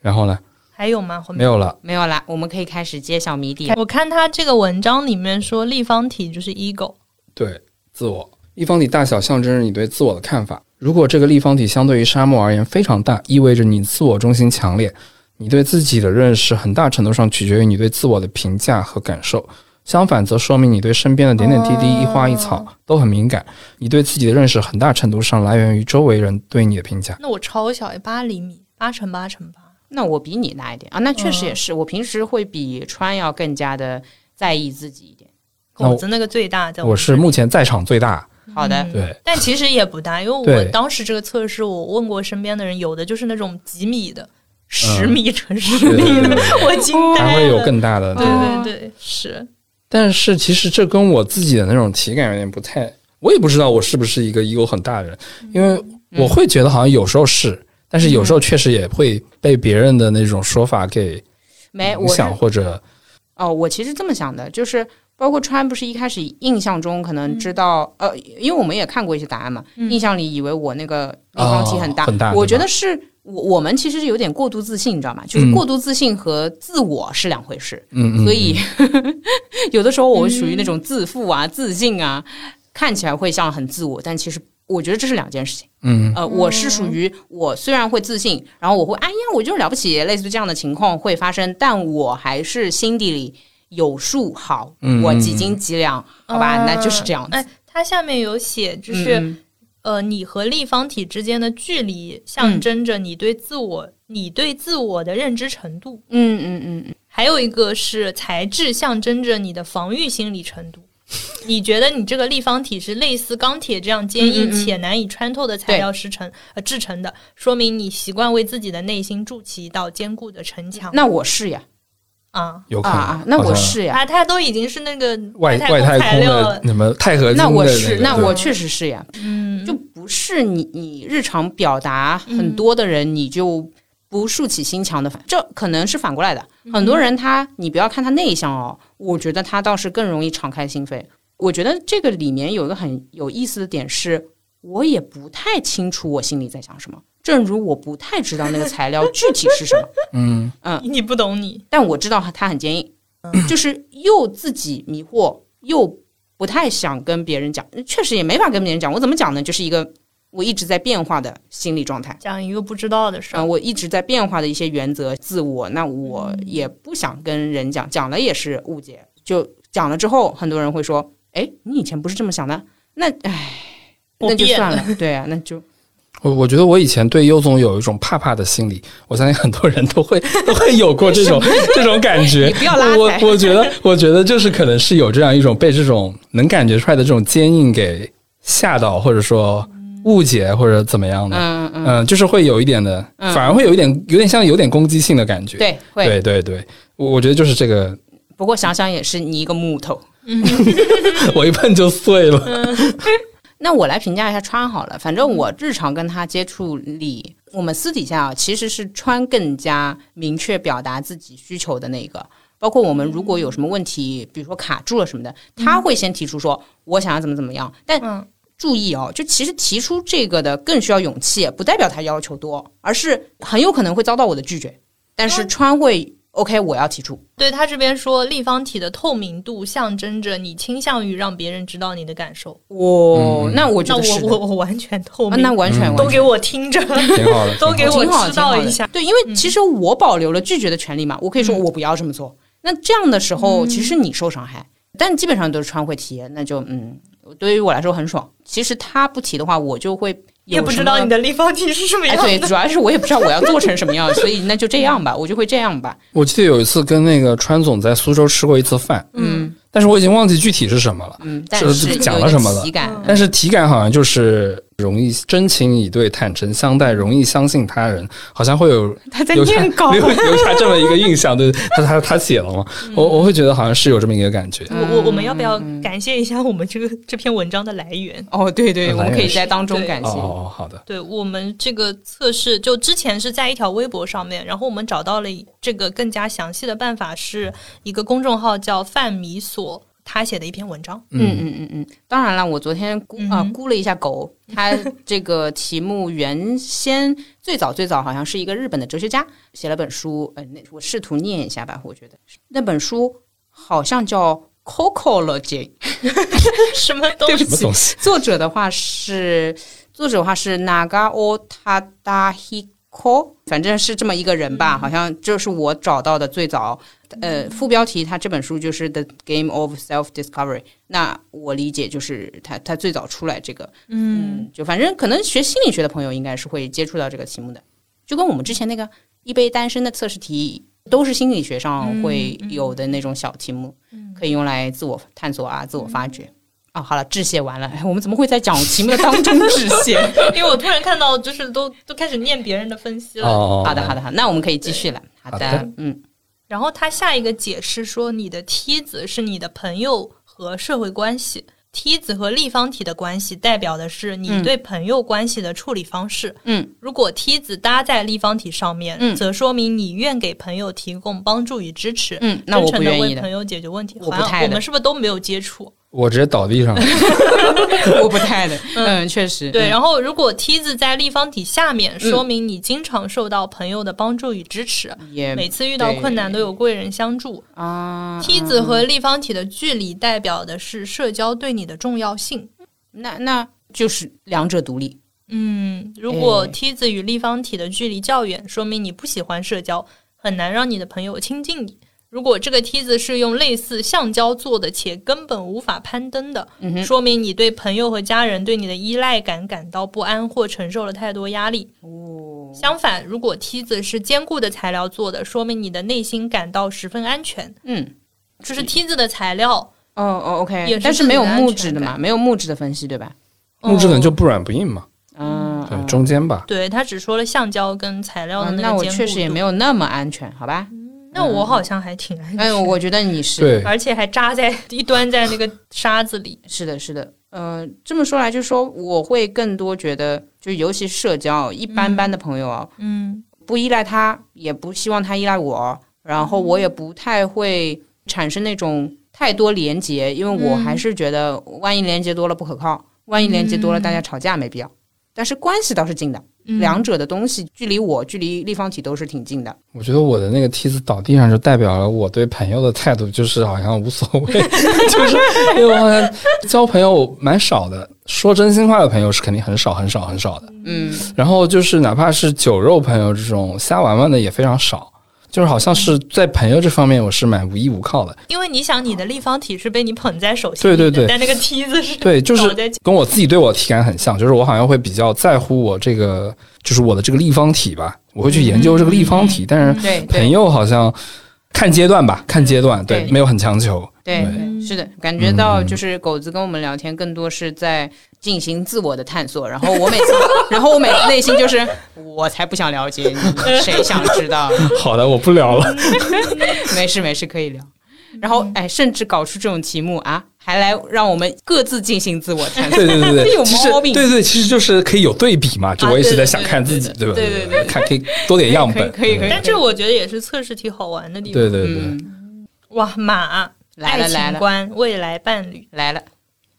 Speaker 2: 然后呢
Speaker 1: 还有吗？后面
Speaker 2: 没有了，
Speaker 3: 没有啦，我们可以开始揭晓谜底了。
Speaker 1: 我看他这个文章里面说立方体就是 ego，
Speaker 2: 对自我立方体大小象征着你对自我的看法。如果这个立方体相对于沙漠而言非常大，意味着你自我中心强烈，你对自己的认识很大程度上取决于你对自我的评价和感受。相反，则说明你对身边的点点滴滴、一花一草都很敏感。你对自己的认识很大程度上来源于周围人对你的评价。
Speaker 1: 那我超小，八厘米，八乘八乘八。
Speaker 3: 那我比你大一点啊，那确
Speaker 1: 嗯
Speaker 3: 实也是，我平时会比川要更加的在意自己一点。
Speaker 2: 那我
Speaker 1: 狗子那个最大在
Speaker 2: 我
Speaker 1: 们
Speaker 2: 是目前在场最大，
Speaker 3: 好的，
Speaker 2: 对，
Speaker 1: 但其实也不大，因为我
Speaker 2: 对
Speaker 1: 当时这个测试，我问过身边的人，有的就是那种几米的，十米乘十米
Speaker 2: 嗯对对
Speaker 1: 的
Speaker 2: 对，
Speaker 1: 我惊
Speaker 2: 还
Speaker 1: 呆
Speaker 2: 会有
Speaker 1: 了。
Speaker 2: 更大的。
Speaker 1: 对对对，是
Speaker 2: 但是其实这跟我自己的那种体感有点不太，我也不知道我是不是一个 ego 很大的人，
Speaker 3: 嗯
Speaker 2: 因为我会觉得好像有时候是，但是有时候确实也会被别人的那种说法给
Speaker 3: 没，
Speaker 2: 影
Speaker 3: 哎我是
Speaker 2: 响，或者
Speaker 3: 哦，我其实这么想的，就是包括川不是一开始印象中可能知道，呃，因为我们也看过一些答案嘛，印象里以为我那个立方体很大，
Speaker 2: 哦很大
Speaker 3: 我
Speaker 2: 对
Speaker 3: 觉
Speaker 2: 吧
Speaker 3: 得是我我们其实是有点过度自信，你知道吗？就是
Speaker 2: 嗯
Speaker 3: 过度自信和自我是两回事，
Speaker 2: 嗯嗯，
Speaker 3: 所以、 *laughs* 有的时候我属于那种自负啊、自信啊，看起来会像很自我，但其实我觉得这是两件事情。
Speaker 2: 嗯，
Speaker 3: 呃，我是属于我虽然会自信，然后我会哎呀，我就是了不起，类似于这样的情况会发生，但我还是心底里有数，好，
Speaker 2: 嗯
Speaker 3: 我几斤几两，好吧，
Speaker 1: 嗯
Speaker 3: 那就是这样子。
Speaker 1: 哎，它下面有写，就是、
Speaker 3: 嗯
Speaker 1: 呃，你和立方体之间的距离
Speaker 3: 嗯
Speaker 1: 象征着你对自我、你对自我的认知程度。
Speaker 3: 嗯嗯嗯嗯，
Speaker 1: 还有一个是材质象征着你的防御心理程度。你觉得你这个立方体是类似钢铁这样坚
Speaker 3: 嗯嗯
Speaker 1: 硬
Speaker 3: 嗯
Speaker 1: 且难以穿透的材料制成呃制成的，说明你习惯为自己的内心筑起一道坚固的城墙
Speaker 3: 那我是呀，
Speaker 1: 啊。
Speaker 2: 有可
Speaker 3: 啊
Speaker 2: 能
Speaker 3: 啊，那
Speaker 2: 好
Speaker 3: 我
Speaker 2: 像
Speaker 3: 是呀。
Speaker 1: 啊，它都已经是那个
Speaker 2: 外
Speaker 1: 太
Speaker 2: 外
Speaker 1: 空材
Speaker 2: 太空
Speaker 1: 料
Speaker 2: 的
Speaker 1: 了，
Speaker 2: 什么钛合金的
Speaker 3: 那我
Speaker 2: 个
Speaker 3: 是，那
Speaker 2: 对
Speaker 3: 我确实是呀，
Speaker 1: 嗯， *laughs*
Speaker 3: 就不是你你日常表达很多的人，你就不竖起心墙的反，这可能是反过来的。很多人他，你不要看他内向哦，我觉得他倒是更容易敞开心扉。我觉得这个里面有一个很有意思的点是，我也不太清楚我心里在想什么，正如我不太知道那个材料具体是什么，
Speaker 2: 嗯
Speaker 1: 你不懂你，
Speaker 3: 但我知道它很坚硬，就是又自己迷惑，又不太想跟别人讲，嗯确实也没法跟别人讲。我怎么讲呢？就是一个我一直在变化的心理状态。
Speaker 1: 讲一个不知道的事
Speaker 3: 啊，
Speaker 1: 儿，
Speaker 3: 我一直在变化的一些原则、自我，那我也不想跟人讲，讲了也是误解。就讲了之后，很多人会说：“哎，你以前不是这么想的。”那哎，
Speaker 1: 我
Speaker 3: 那就
Speaker 1: 变
Speaker 3: 算了，对啊，那就
Speaker 2: 我我觉得我以前对优总有一种怕怕的心理，我相信很多人都会都会有过
Speaker 3: *laughs*
Speaker 2: 这种这种感觉。
Speaker 3: 你不要拉
Speaker 2: 我
Speaker 3: 踩
Speaker 2: 我我觉得我觉得就是可能是有这样一种被这种能感觉出来的这种坚硬给吓到，或者说误解或者怎么样的，
Speaker 3: 嗯嗯，
Speaker 2: 嗯，就是会有一点的，
Speaker 3: 嗯
Speaker 2: 反而会有一点有点像有点攻击性的感觉。
Speaker 3: 对，会。
Speaker 2: 对对对，我我觉得就是这个，
Speaker 3: 不过想想也是你一个木头。
Speaker 2: 我一碰就碎了。
Speaker 3: 嗯那我来评价一下川好了，反正
Speaker 1: 嗯
Speaker 3: 我日常跟他接触里，我们私底下啊，其实是川更加明确表达自己需求的那个。包括我们如果有什么问题，比如说卡住了什么的，他会先提出说我想要怎么怎么样。但
Speaker 1: 嗯
Speaker 3: 注意哦，就其实提出这个的更需要勇气，不代表他要求多，而是很有可能会遭到我的拒绝。但
Speaker 1: 嗯
Speaker 3: 是川会 OK，我要提出，
Speaker 1: 对他这边说，立方体的透明度象征着你倾向于让别人知道你的感受。
Speaker 3: 我、
Speaker 2: 嗯
Speaker 3: 那我觉
Speaker 1: 那
Speaker 3: 得
Speaker 1: 我
Speaker 3: 是的
Speaker 1: 我我完全透
Speaker 3: 啊
Speaker 1: 明，
Speaker 3: 那完全
Speaker 2: 嗯
Speaker 3: 完
Speaker 1: 都
Speaker 3: 全
Speaker 1: 给我听着，
Speaker 2: 挺好
Speaker 3: *laughs*
Speaker 2: 的，
Speaker 1: 都
Speaker 2: 挺
Speaker 1: 给
Speaker 2: 好的
Speaker 1: 我
Speaker 3: 挺好，
Speaker 1: 知道
Speaker 3: 挺好的
Speaker 1: 一下。
Speaker 3: 对，因为其实我保留了拒绝的权利嘛，我可以说我不要这么做。那这样的时候，其实你受伤害，但基本上都是川会提，那就嗯，对于我来说很爽。其实他不提的话，我就会有
Speaker 1: 也不
Speaker 3: 什
Speaker 1: 知道
Speaker 3: 么
Speaker 1: 你。的立方体是什么
Speaker 3: 哎，
Speaker 1: 样
Speaker 3: 对，
Speaker 1: 的。
Speaker 3: 主要是我也不知道我要做成什么样，所以那就这样吧，我就会这样吧。
Speaker 2: 我记得有一次跟那个川总在苏州吃过一次饭，
Speaker 3: 嗯
Speaker 2: 但是我已经忘记具体是什么了。
Speaker 3: 嗯，但
Speaker 2: 这
Speaker 3: 是
Speaker 2: 这
Speaker 3: 有
Speaker 2: 讲
Speaker 3: 一
Speaker 2: 了
Speaker 3: 个
Speaker 2: 什么了
Speaker 3: 体感，
Speaker 2: 但是体感好像就是容易真情以对、坦诚相待、容易相信他人，好像会有
Speaker 3: 他在
Speaker 2: 留下。
Speaker 3: 念稿
Speaker 2: 留留下这么一个印象。对， *laughs* 他他他写了
Speaker 3: *laughs*
Speaker 2: 嘛，我我会觉得好像是有这么一个感觉。
Speaker 1: 我我我们要不要感谢一下我们这个这篇文章的来源？
Speaker 3: 哦，对对，
Speaker 2: 本
Speaker 3: 我
Speaker 2: 来
Speaker 3: 们可以
Speaker 2: 也是
Speaker 3: 在当中
Speaker 1: 对
Speaker 3: 感
Speaker 2: 哦
Speaker 3: 谢。
Speaker 2: 哦哦，好的，
Speaker 1: 对我们这个测试，就之前是在一条微博上面，然后我们找到了这个更加详细的办法，是一个公众号叫范米索他写的一篇文章。
Speaker 3: 嗯嗯嗯嗯，当然了，我昨天估啊、
Speaker 1: 嗯哼
Speaker 3: 估了一
Speaker 1: *laughs*
Speaker 3: 下狗，它这个题目原先最早最早好像是一个日本的哲学家写了本书，呃，那我试图念一下吧，我觉得那本书好像叫《Cocology》，
Speaker 1: *laughs*
Speaker 3: *laughs*
Speaker 1: 什么东
Speaker 3: 对
Speaker 1: 西？
Speaker 3: 不
Speaker 2: 什么
Speaker 3: 起
Speaker 2: 东，西？
Speaker 3: 作者的话是作者的话是 Nagao Tadahiko，反正是这么一个人吧，好像这是我找到的最早。呃，副标题他这本书就是《The Game of Self Discovery》，那我理解就是他他最早出来这个，嗯，就反正可能学心理学的朋友应该是会接触到这个题目的，就跟我们之前那个一杯单身的测试题都是心理学上会有的那种小题目，可以用来自我探索啊，自我发掘。啊，好了，致谢完了。哎， *laughs* 我们怎么会在讲题目的当中致谢？
Speaker 1: 因为我突然看到，就是都都开始念别人的分析
Speaker 2: 哦
Speaker 1: 了。
Speaker 2: 哦，
Speaker 3: 好的，好
Speaker 2: 的，
Speaker 3: 的，好的，那我们可以继续了。好
Speaker 2: 好的
Speaker 3: 的，嗯，
Speaker 1: 然后他下一个解释说，你的梯子是你的朋友和社会关系，梯子和立方体的关系代表的是你对朋友关系的处理方式。
Speaker 3: 嗯，
Speaker 1: 如果梯子搭在立方体上面，
Speaker 3: 嗯
Speaker 1: 则说明你愿给朋友提供帮助与支持，
Speaker 3: 嗯那我
Speaker 1: 真诚
Speaker 3: 不
Speaker 1: 地
Speaker 3: 愿意
Speaker 1: 为
Speaker 3: 的
Speaker 1: 朋友解决问题。
Speaker 3: 我不
Speaker 1: 好像
Speaker 3: 太的
Speaker 1: 我们是不是都没有接触？
Speaker 2: 我直接倒地上了。
Speaker 3: *laughs* 我不太的，嗯，确实，
Speaker 1: 对，
Speaker 3: 嗯，
Speaker 1: 然后如果梯子在立方体下面，说明你经常受到朋友的帮助与支持，每
Speaker 3: 也
Speaker 1: 次遇到困难都有贵人相助。
Speaker 3: 啊，
Speaker 1: 梯子和立方体的距离代表的是社交对你的重要性。
Speaker 3: 那那就是两者独立，
Speaker 1: 嗯，如果
Speaker 3: 哎
Speaker 1: 梯子与立方体的距离较远，说明你不喜欢社交，很难让你的朋友亲近你。如果这个梯子是用类似橡胶做的，且根本无法攀登的，
Speaker 3: 嗯哼，
Speaker 1: 说明你对朋友和家人对你的依赖感感到不安或承受了太多压力。
Speaker 3: 哦，
Speaker 1: 相反，如果梯子是坚固的材料做的，说明你的内心感到十分安全。
Speaker 3: 嗯，
Speaker 1: 就是梯子的材料，
Speaker 3: 哦哦
Speaker 1: 也
Speaker 3: ，OK，
Speaker 1: 是
Speaker 3: 但是没有木
Speaker 1: 自己
Speaker 3: 质的
Speaker 1: 的安全
Speaker 3: 嘛，没有木质的分析，对吧？
Speaker 2: 木质的
Speaker 1: 嗯
Speaker 2: 就不软不硬嘛，
Speaker 3: 嗯，
Speaker 2: 对，
Speaker 3: 嗯
Speaker 2: 中间吧。
Speaker 1: 对他只说了橡胶跟材料的
Speaker 3: 嗯
Speaker 1: 那
Speaker 3: 那
Speaker 1: 个
Speaker 3: 我
Speaker 1: 坚固嗯
Speaker 3: 确实也没
Speaker 1: 有，
Speaker 3: 有那么安全，好吧？
Speaker 1: 那我好像还挺安全。
Speaker 3: 哎，我觉得你是，
Speaker 2: 对，
Speaker 1: 而且还扎在一端在那个沙子
Speaker 3: *laughs*
Speaker 1: 里。
Speaker 3: 是的，是的，呃，这么说来，就是说我会更多觉得，就尤其是社交，一般般的朋友啊，
Speaker 1: 嗯
Speaker 3: 不依赖他，也不希望他依赖我，然后我也不太会产生那种太多连结，因为我
Speaker 1: 嗯
Speaker 3: 还是觉得，万一连接多了不可靠，万一连接多了大家吵架没必要。但是关系倒是近的，
Speaker 1: 嗯，
Speaker 3: 两者的东西距离我、距离立方体都是挺近的。
Speaker 2: 我觉得我的那个梯子倒地上，就代表了我对朋友的态度，就是好像无所谓， *laughs* 就是因为我好像交朋友蛮少的，说真心话的朋友是肯定很少很少很少的。
Speaker 3: 嗯，
Speaker 2: 然后就是哪怕是酒肉朋友这种瞎玩玩的也非常少，就是好像是在朋友这方面我是蛮无依无靠的。
Speaker 1: 因为你想，你的立方体是被你捧在手心里的，
Speaker 2: 对对对
Speaker 1: 但那个梯子
Speaker 3: *laughs*
Speaker 1: 是
Speaker 2: 对，就是
Speaker 1: 倒在脚
Speaker 2: 跟我自己对我体感很像，就是我好像会比较在乎我这个，就是我的这个立方体吧，我会去研究这个立方体，但是
Speaker 3: 对
Speaker 2: 朋
Speaker 3: 对
Speaker 2: 友好像看阶段吧，看阶段，对，
Speaker 3: 对
Speaker 2: 没有很强求。
Speaker 3: 对
Speaker 1: 嗯
Speaker 3: 是的，感觉到就是狗子跟我们聊天，更多是在进行自我的探索。然后我每次， *laughs* 然后我每次内心就是，我才不想了解你，谁想知道？
Speaker 2: *laughs* 好的，我不聊了。
Speaker 3: *laughs* 没事没事，可以聊。
Speaker 1: 嗯
Speaker 3: 然后哎，甚至搞出这种题目啊，还来让我们各自进行自我探
Speaker 2: *laughs*
Speaker 3: 索。
Speaker 2: 对对对
Speaker 3: 这
Speaker 2: *laughs*
Speaker 3: 有
Speaker 2: 对，其实
Speaker 3: 毛病
Speaker 2: 对对，其实就是可以有啊对比嘛。就我也是在想看自己，对吧？
Speaker 3: 对对对
Speaker 2: 对，看可以多点样
Speaker 3: 可以
Speaker 2: 本。
Speaker 3: 可以可以
Speaker 1: 但这我觉得也是测试题好玩的地方。
Speaker 2: 对对对，
Speaker 3: 嗯，
Speaker 1: 哇，马
Speaker 3: 来了
Speaker 1: 爱
Speaker 3: 来
Speaker 1: 情
Speaker 3: 了
Speaker 1: 观、未来伴侣，
Speaker 3: 来了，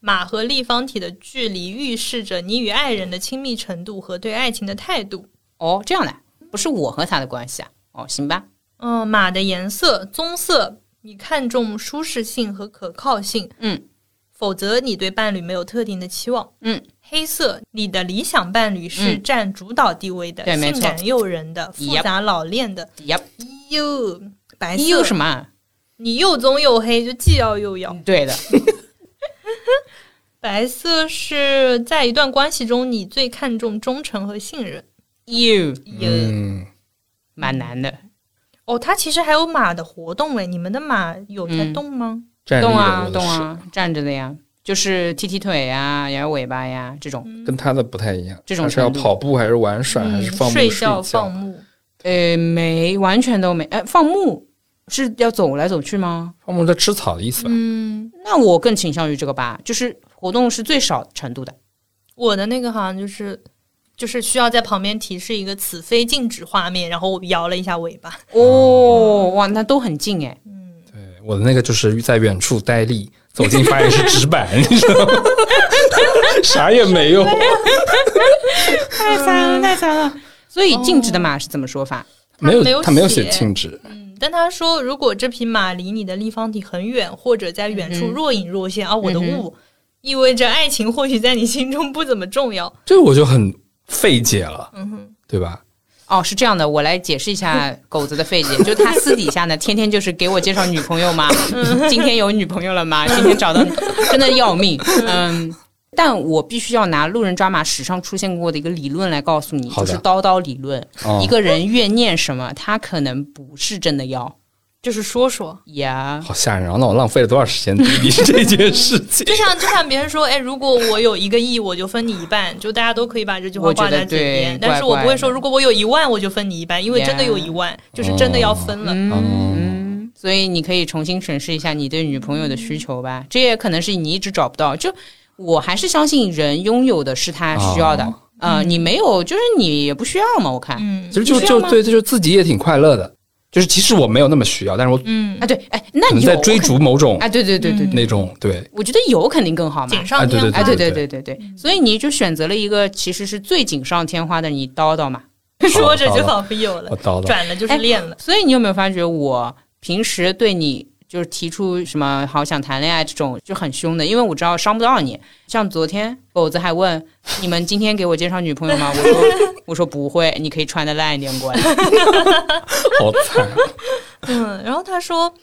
Speaker 1: 马和立方体的距离预示着你与爱人的亲密程度和对爱情的态度。
Speaker 3: 哦，这样的，不是我和他的关系啊。哦，行吧，
Speaker 1: 嗯，马的颜色棕色，你看重舒适性和可靠性。
Speaker 3: 嗯，
Speaker 1: 否则你对伴侣没有特定的期望。
Speaker 3: 嗯，
Speaker 1: 黑色，你的理想伴侣是
Speaker 3: 嗯
Speaker 1: 占主导地位的，
Speaker 3: 对没
Speaker 1: 性
Speaker 3: 错
Speaker 1: 感诱人的，复
Speaker 3: Yep
Speaker 1: 杂老练的。
Speaker 3: 呀，
Speaker 1: 又白色，
Speaker 3: 又什么嗯啊？
Speaker 1: 你又棕又黑，就既要又要。
Speaker 3: 对的，
Speaker 1: 白色是在一段关系中你最看重忠诚和信任。
Speaker 3: 又
Speaker 1: 也、
Speaker 2: 嗯，
Speaker 3: 蛮难的。
Speaker 1: 哦，它其实还有马的活动哎，你们的马有在
Speaker 3: 嗯
Speaker 1: 动吗？
Speaker 2: 站立
Speaker 3: 动
Speaker 2: 的
Speaker 3: 啊
Speaker 2: 我的
Speaker 3: 动
Speaker 2: 是
Speaker 3: 啊，站着的呀，就是踢踢腿呀，摇摇尾巴呀，这
Speaker 1: 嗯
Speaker 3: 种。
Speaker 2: 跟他的不太一样。
Speaker 3: 这种
Speaker 2: 他是要
Speaker 3: 程度
Speaker 2: 跑步还是玩耍还是放牧
Speaker 1: 睡
Speaker 2: 觉？
Speaker 1: 放牧，
Speaker 3: 呃，没，完全都没。哎，放牧是要走来走去吗？
Speaker 2: 放牧在吃草的意思吧？
Speaker 1: 嗯，
Speaker 3: 那我更倾向于这个吧，就是活动是最少程度的。
Speaker 1: 我的那个好像就是。就是需要在旁边提示一个“此非静止”画面，然后我摇了一下尾巴。
Speaker 3: 哦，哇，那都很近哎。
Speaker 1: 嗯，
Speaker 2: 对，我的那个就是在远处呆立， *laughs* 走近发现是纸板，你知道吗？ *laughs* 啥也没有。
Speaker 3: 太惨了，太惨了。嗯所以静止的马是怎么说法？
Speaker 1: 他
Speaker 2: 没
Speaker 1: 没有
Speaker 2: 有，他没有写
Speaker 1: 写
Speaker 2: 禁止，
Speaker 1: 嗯但他说，如果这匹马离你的立方体很远，或者在远处
Speaker 3: 嗯哼
Speaker 1: 若隐若现、啊，我的
Speaker 3: 嗯哼
Speaker 1: 雾，意味着爱情或许在你心中不怎么重要。
Speaker 2: 这我就很费解了，
Speaker 1: 嗯哼，
Speaker 2: 对吧？
Speaker 3: 哦，是这样的，我来解释一 *laughs* 下狗子的费解，就他私底下呢，天天就是给我介绍女朋友嘛，今天有女朋友了嘛，今天找 *laughs* 到，真的要命，嗯。但我必须要拿路人抓马史上出现过的一个理论来告诉你，
Speaker 2: 好的
Speaker 3: 就是叨叨理论。
Speaker 2: 哦
Speaker 3: 一个人越念什么，他可能不是真的要
Speaker 1: 就是说说，
Speaker 3: 呀。
Speaker 2: 好吓人啊！那我浪费了多少时间对比 *laughs* 这件事情
Speaker 1: 就？像就像别人说，哎，如果我有一个亿，我就分你一半，就大家都可以把这句话
Speaker 3: 我觉
Speaker 1: 挂
Speaker 3: 得
Speaker 1: 在嘴边。
Speaker 3: 对
Speaker 1: 但是我
Speaker 3: 怪
Speaker 1: 不会
Speaker 3: 怪
Speaker 1: 说，
Speaker 3: 的
Speaker 1: 如果我有一万，我就分你一半，因为真的有一万，就是真的要分了。
Speaker 3: 嗯，所以你可以重新审视一下你对女朋友的需求吧，这也可能是你一直找不到。就我还是相信人拥有的是他需要的，
Speaker 2: 哦
Speaker 3: 呃，你没有就是你也不需要嘛，我看。
Speaker 1: 嗯
Speaker 2: 其实就就
Speaker 3: 你需要吗
Speaker 2: 对，就自己也挺快乐的，就是其实我没有那么需要，但是我
Speaker 1: 嗯，
Speaker 3: 啊，对，哎，那
Speaker 2: 可能
Speaker 3: 有
Speaker 2: 在追逐某
Speaker 3: *laughs*
Speaker 2: 种
Speaker 3: 啊，对对对对对，
Speaker 2: 那种
Speaker 3: *laughs*
Speaker 2: 对
Speaker 3: 我觉得有肯定更好嘛，
Speaker 1: 锦
Speaker 2: 哎
Speaker 1: 上
Speaker 2: 对
Speaker 1: 添花，
Speaker 3: 哎，对
Speaker 2: 对
Speaker 3: 对对对，所以你就选择了一个其实是最锦上添花的，你叨叨嘛。
Speaker 1: 说着
Speaker 2: 好
Speaker 1: 就
Speaker 2: 了
Speaker 1: 仿佛有了
Speaker 2: 我，叨叨。
Speaker 1: 转了就是练了。
Speaker 3: 所以你有没有发觉，我平时对你就是提出什么好想谈恋爱这种就很凶的，因为我知道伤不到你。像昨天狗子还问你们今天给我介绍女
Speaker 2: *laughs*
Speaker 3: 朋友吗？我说我说不会，你可以穿的烂一点过来。
Speaker 2: 好惨，
Speaker 1: 嗯，然后他说，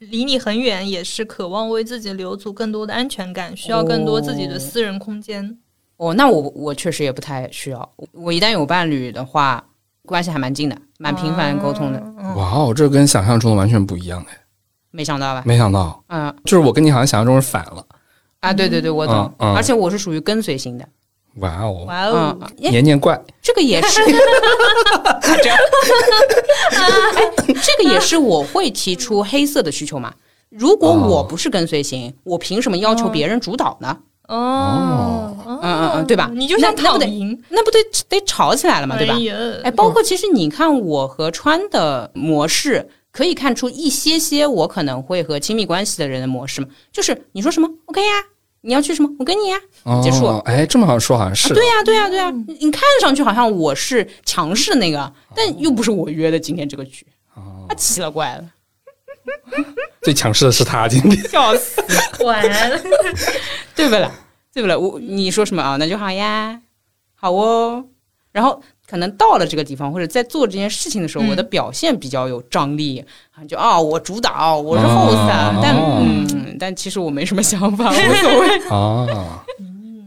Speaker 1: 离你很远也是渴望为自己留足更多的安全感，需要更多自己的私人空间。
Speaker 3: 哦，那我我确实也不太需要，我一旦有伴侣的话，关系还蛮近的，蛮频繁沟通的，
Speaker 2: 哇哦，这跟想象中的完全不一样哎，
Speaker 3: 没想到吧？
Speaker 2: 没想到，
Speaker 3: 嗯、
Speaker 2: 就是我跟你好像想象中是反了，
Speaker 3: 啊，对对对，我懂，
Speaker 2: 嗯嗯
Speaker 3: 而且我是属于跟随型的，
Speaker 2: 哇哦，
Speaker 1: 哇
Speaker 3: 嗯
Speaker 1: 哦，，
Speaker 3: 哎，
Speaker 2: 年年怪，
Speaker 3: 这个也是，这样，哎，这个也是我会提出黑色的需求嘛。如果我不是跟随型，我凭什么要求别人主导呢？
Speaker 1: 哦，嗯
Speaker 3: 嗯嗯对吧
Speaker 1: 你就想
Speaker 3: 那那不
Speaker 1: 躺
Speaker 3: 得
Speaker 1: 赢
Speaker 3: 那不对，得吵起来了嘛，对吧
Speaker 1: 哎？呀
Speaker 3: 哎，包括其实你看我和川的模式，可以看出一些些我可能会和亲密关系的人的模式嘛，就是你说什么 OK 呀、你要去什么，我跟你呀、结束啊
Speaker 2: 哦，哎，这么好说好像是，
Speaker 3: 对呀、对呀、对呀、你你看上去好像我是强势那个，但又不是我约的今天这个局，他奇了怪了，
Speaker 2: 最强势的是他今天， *laughs*
Speaker 3: 笑死，
Speaker 1: 完了，
Speaker 3: *laughs* 对不啦？对不啦？我你说什么啊？那就好呀，好哦。然后可能到了这个地方，或者在做这件事情的时候，
Speaker 1: 嗯
Speaker 3: 我的表现比较有张力，啊就啊、我主导，我是 host，、啊
Speaker 2: 哦
Speaker 3: 但嗯，但其实我没什么想法，无所谓。
Speaker 2: 啊，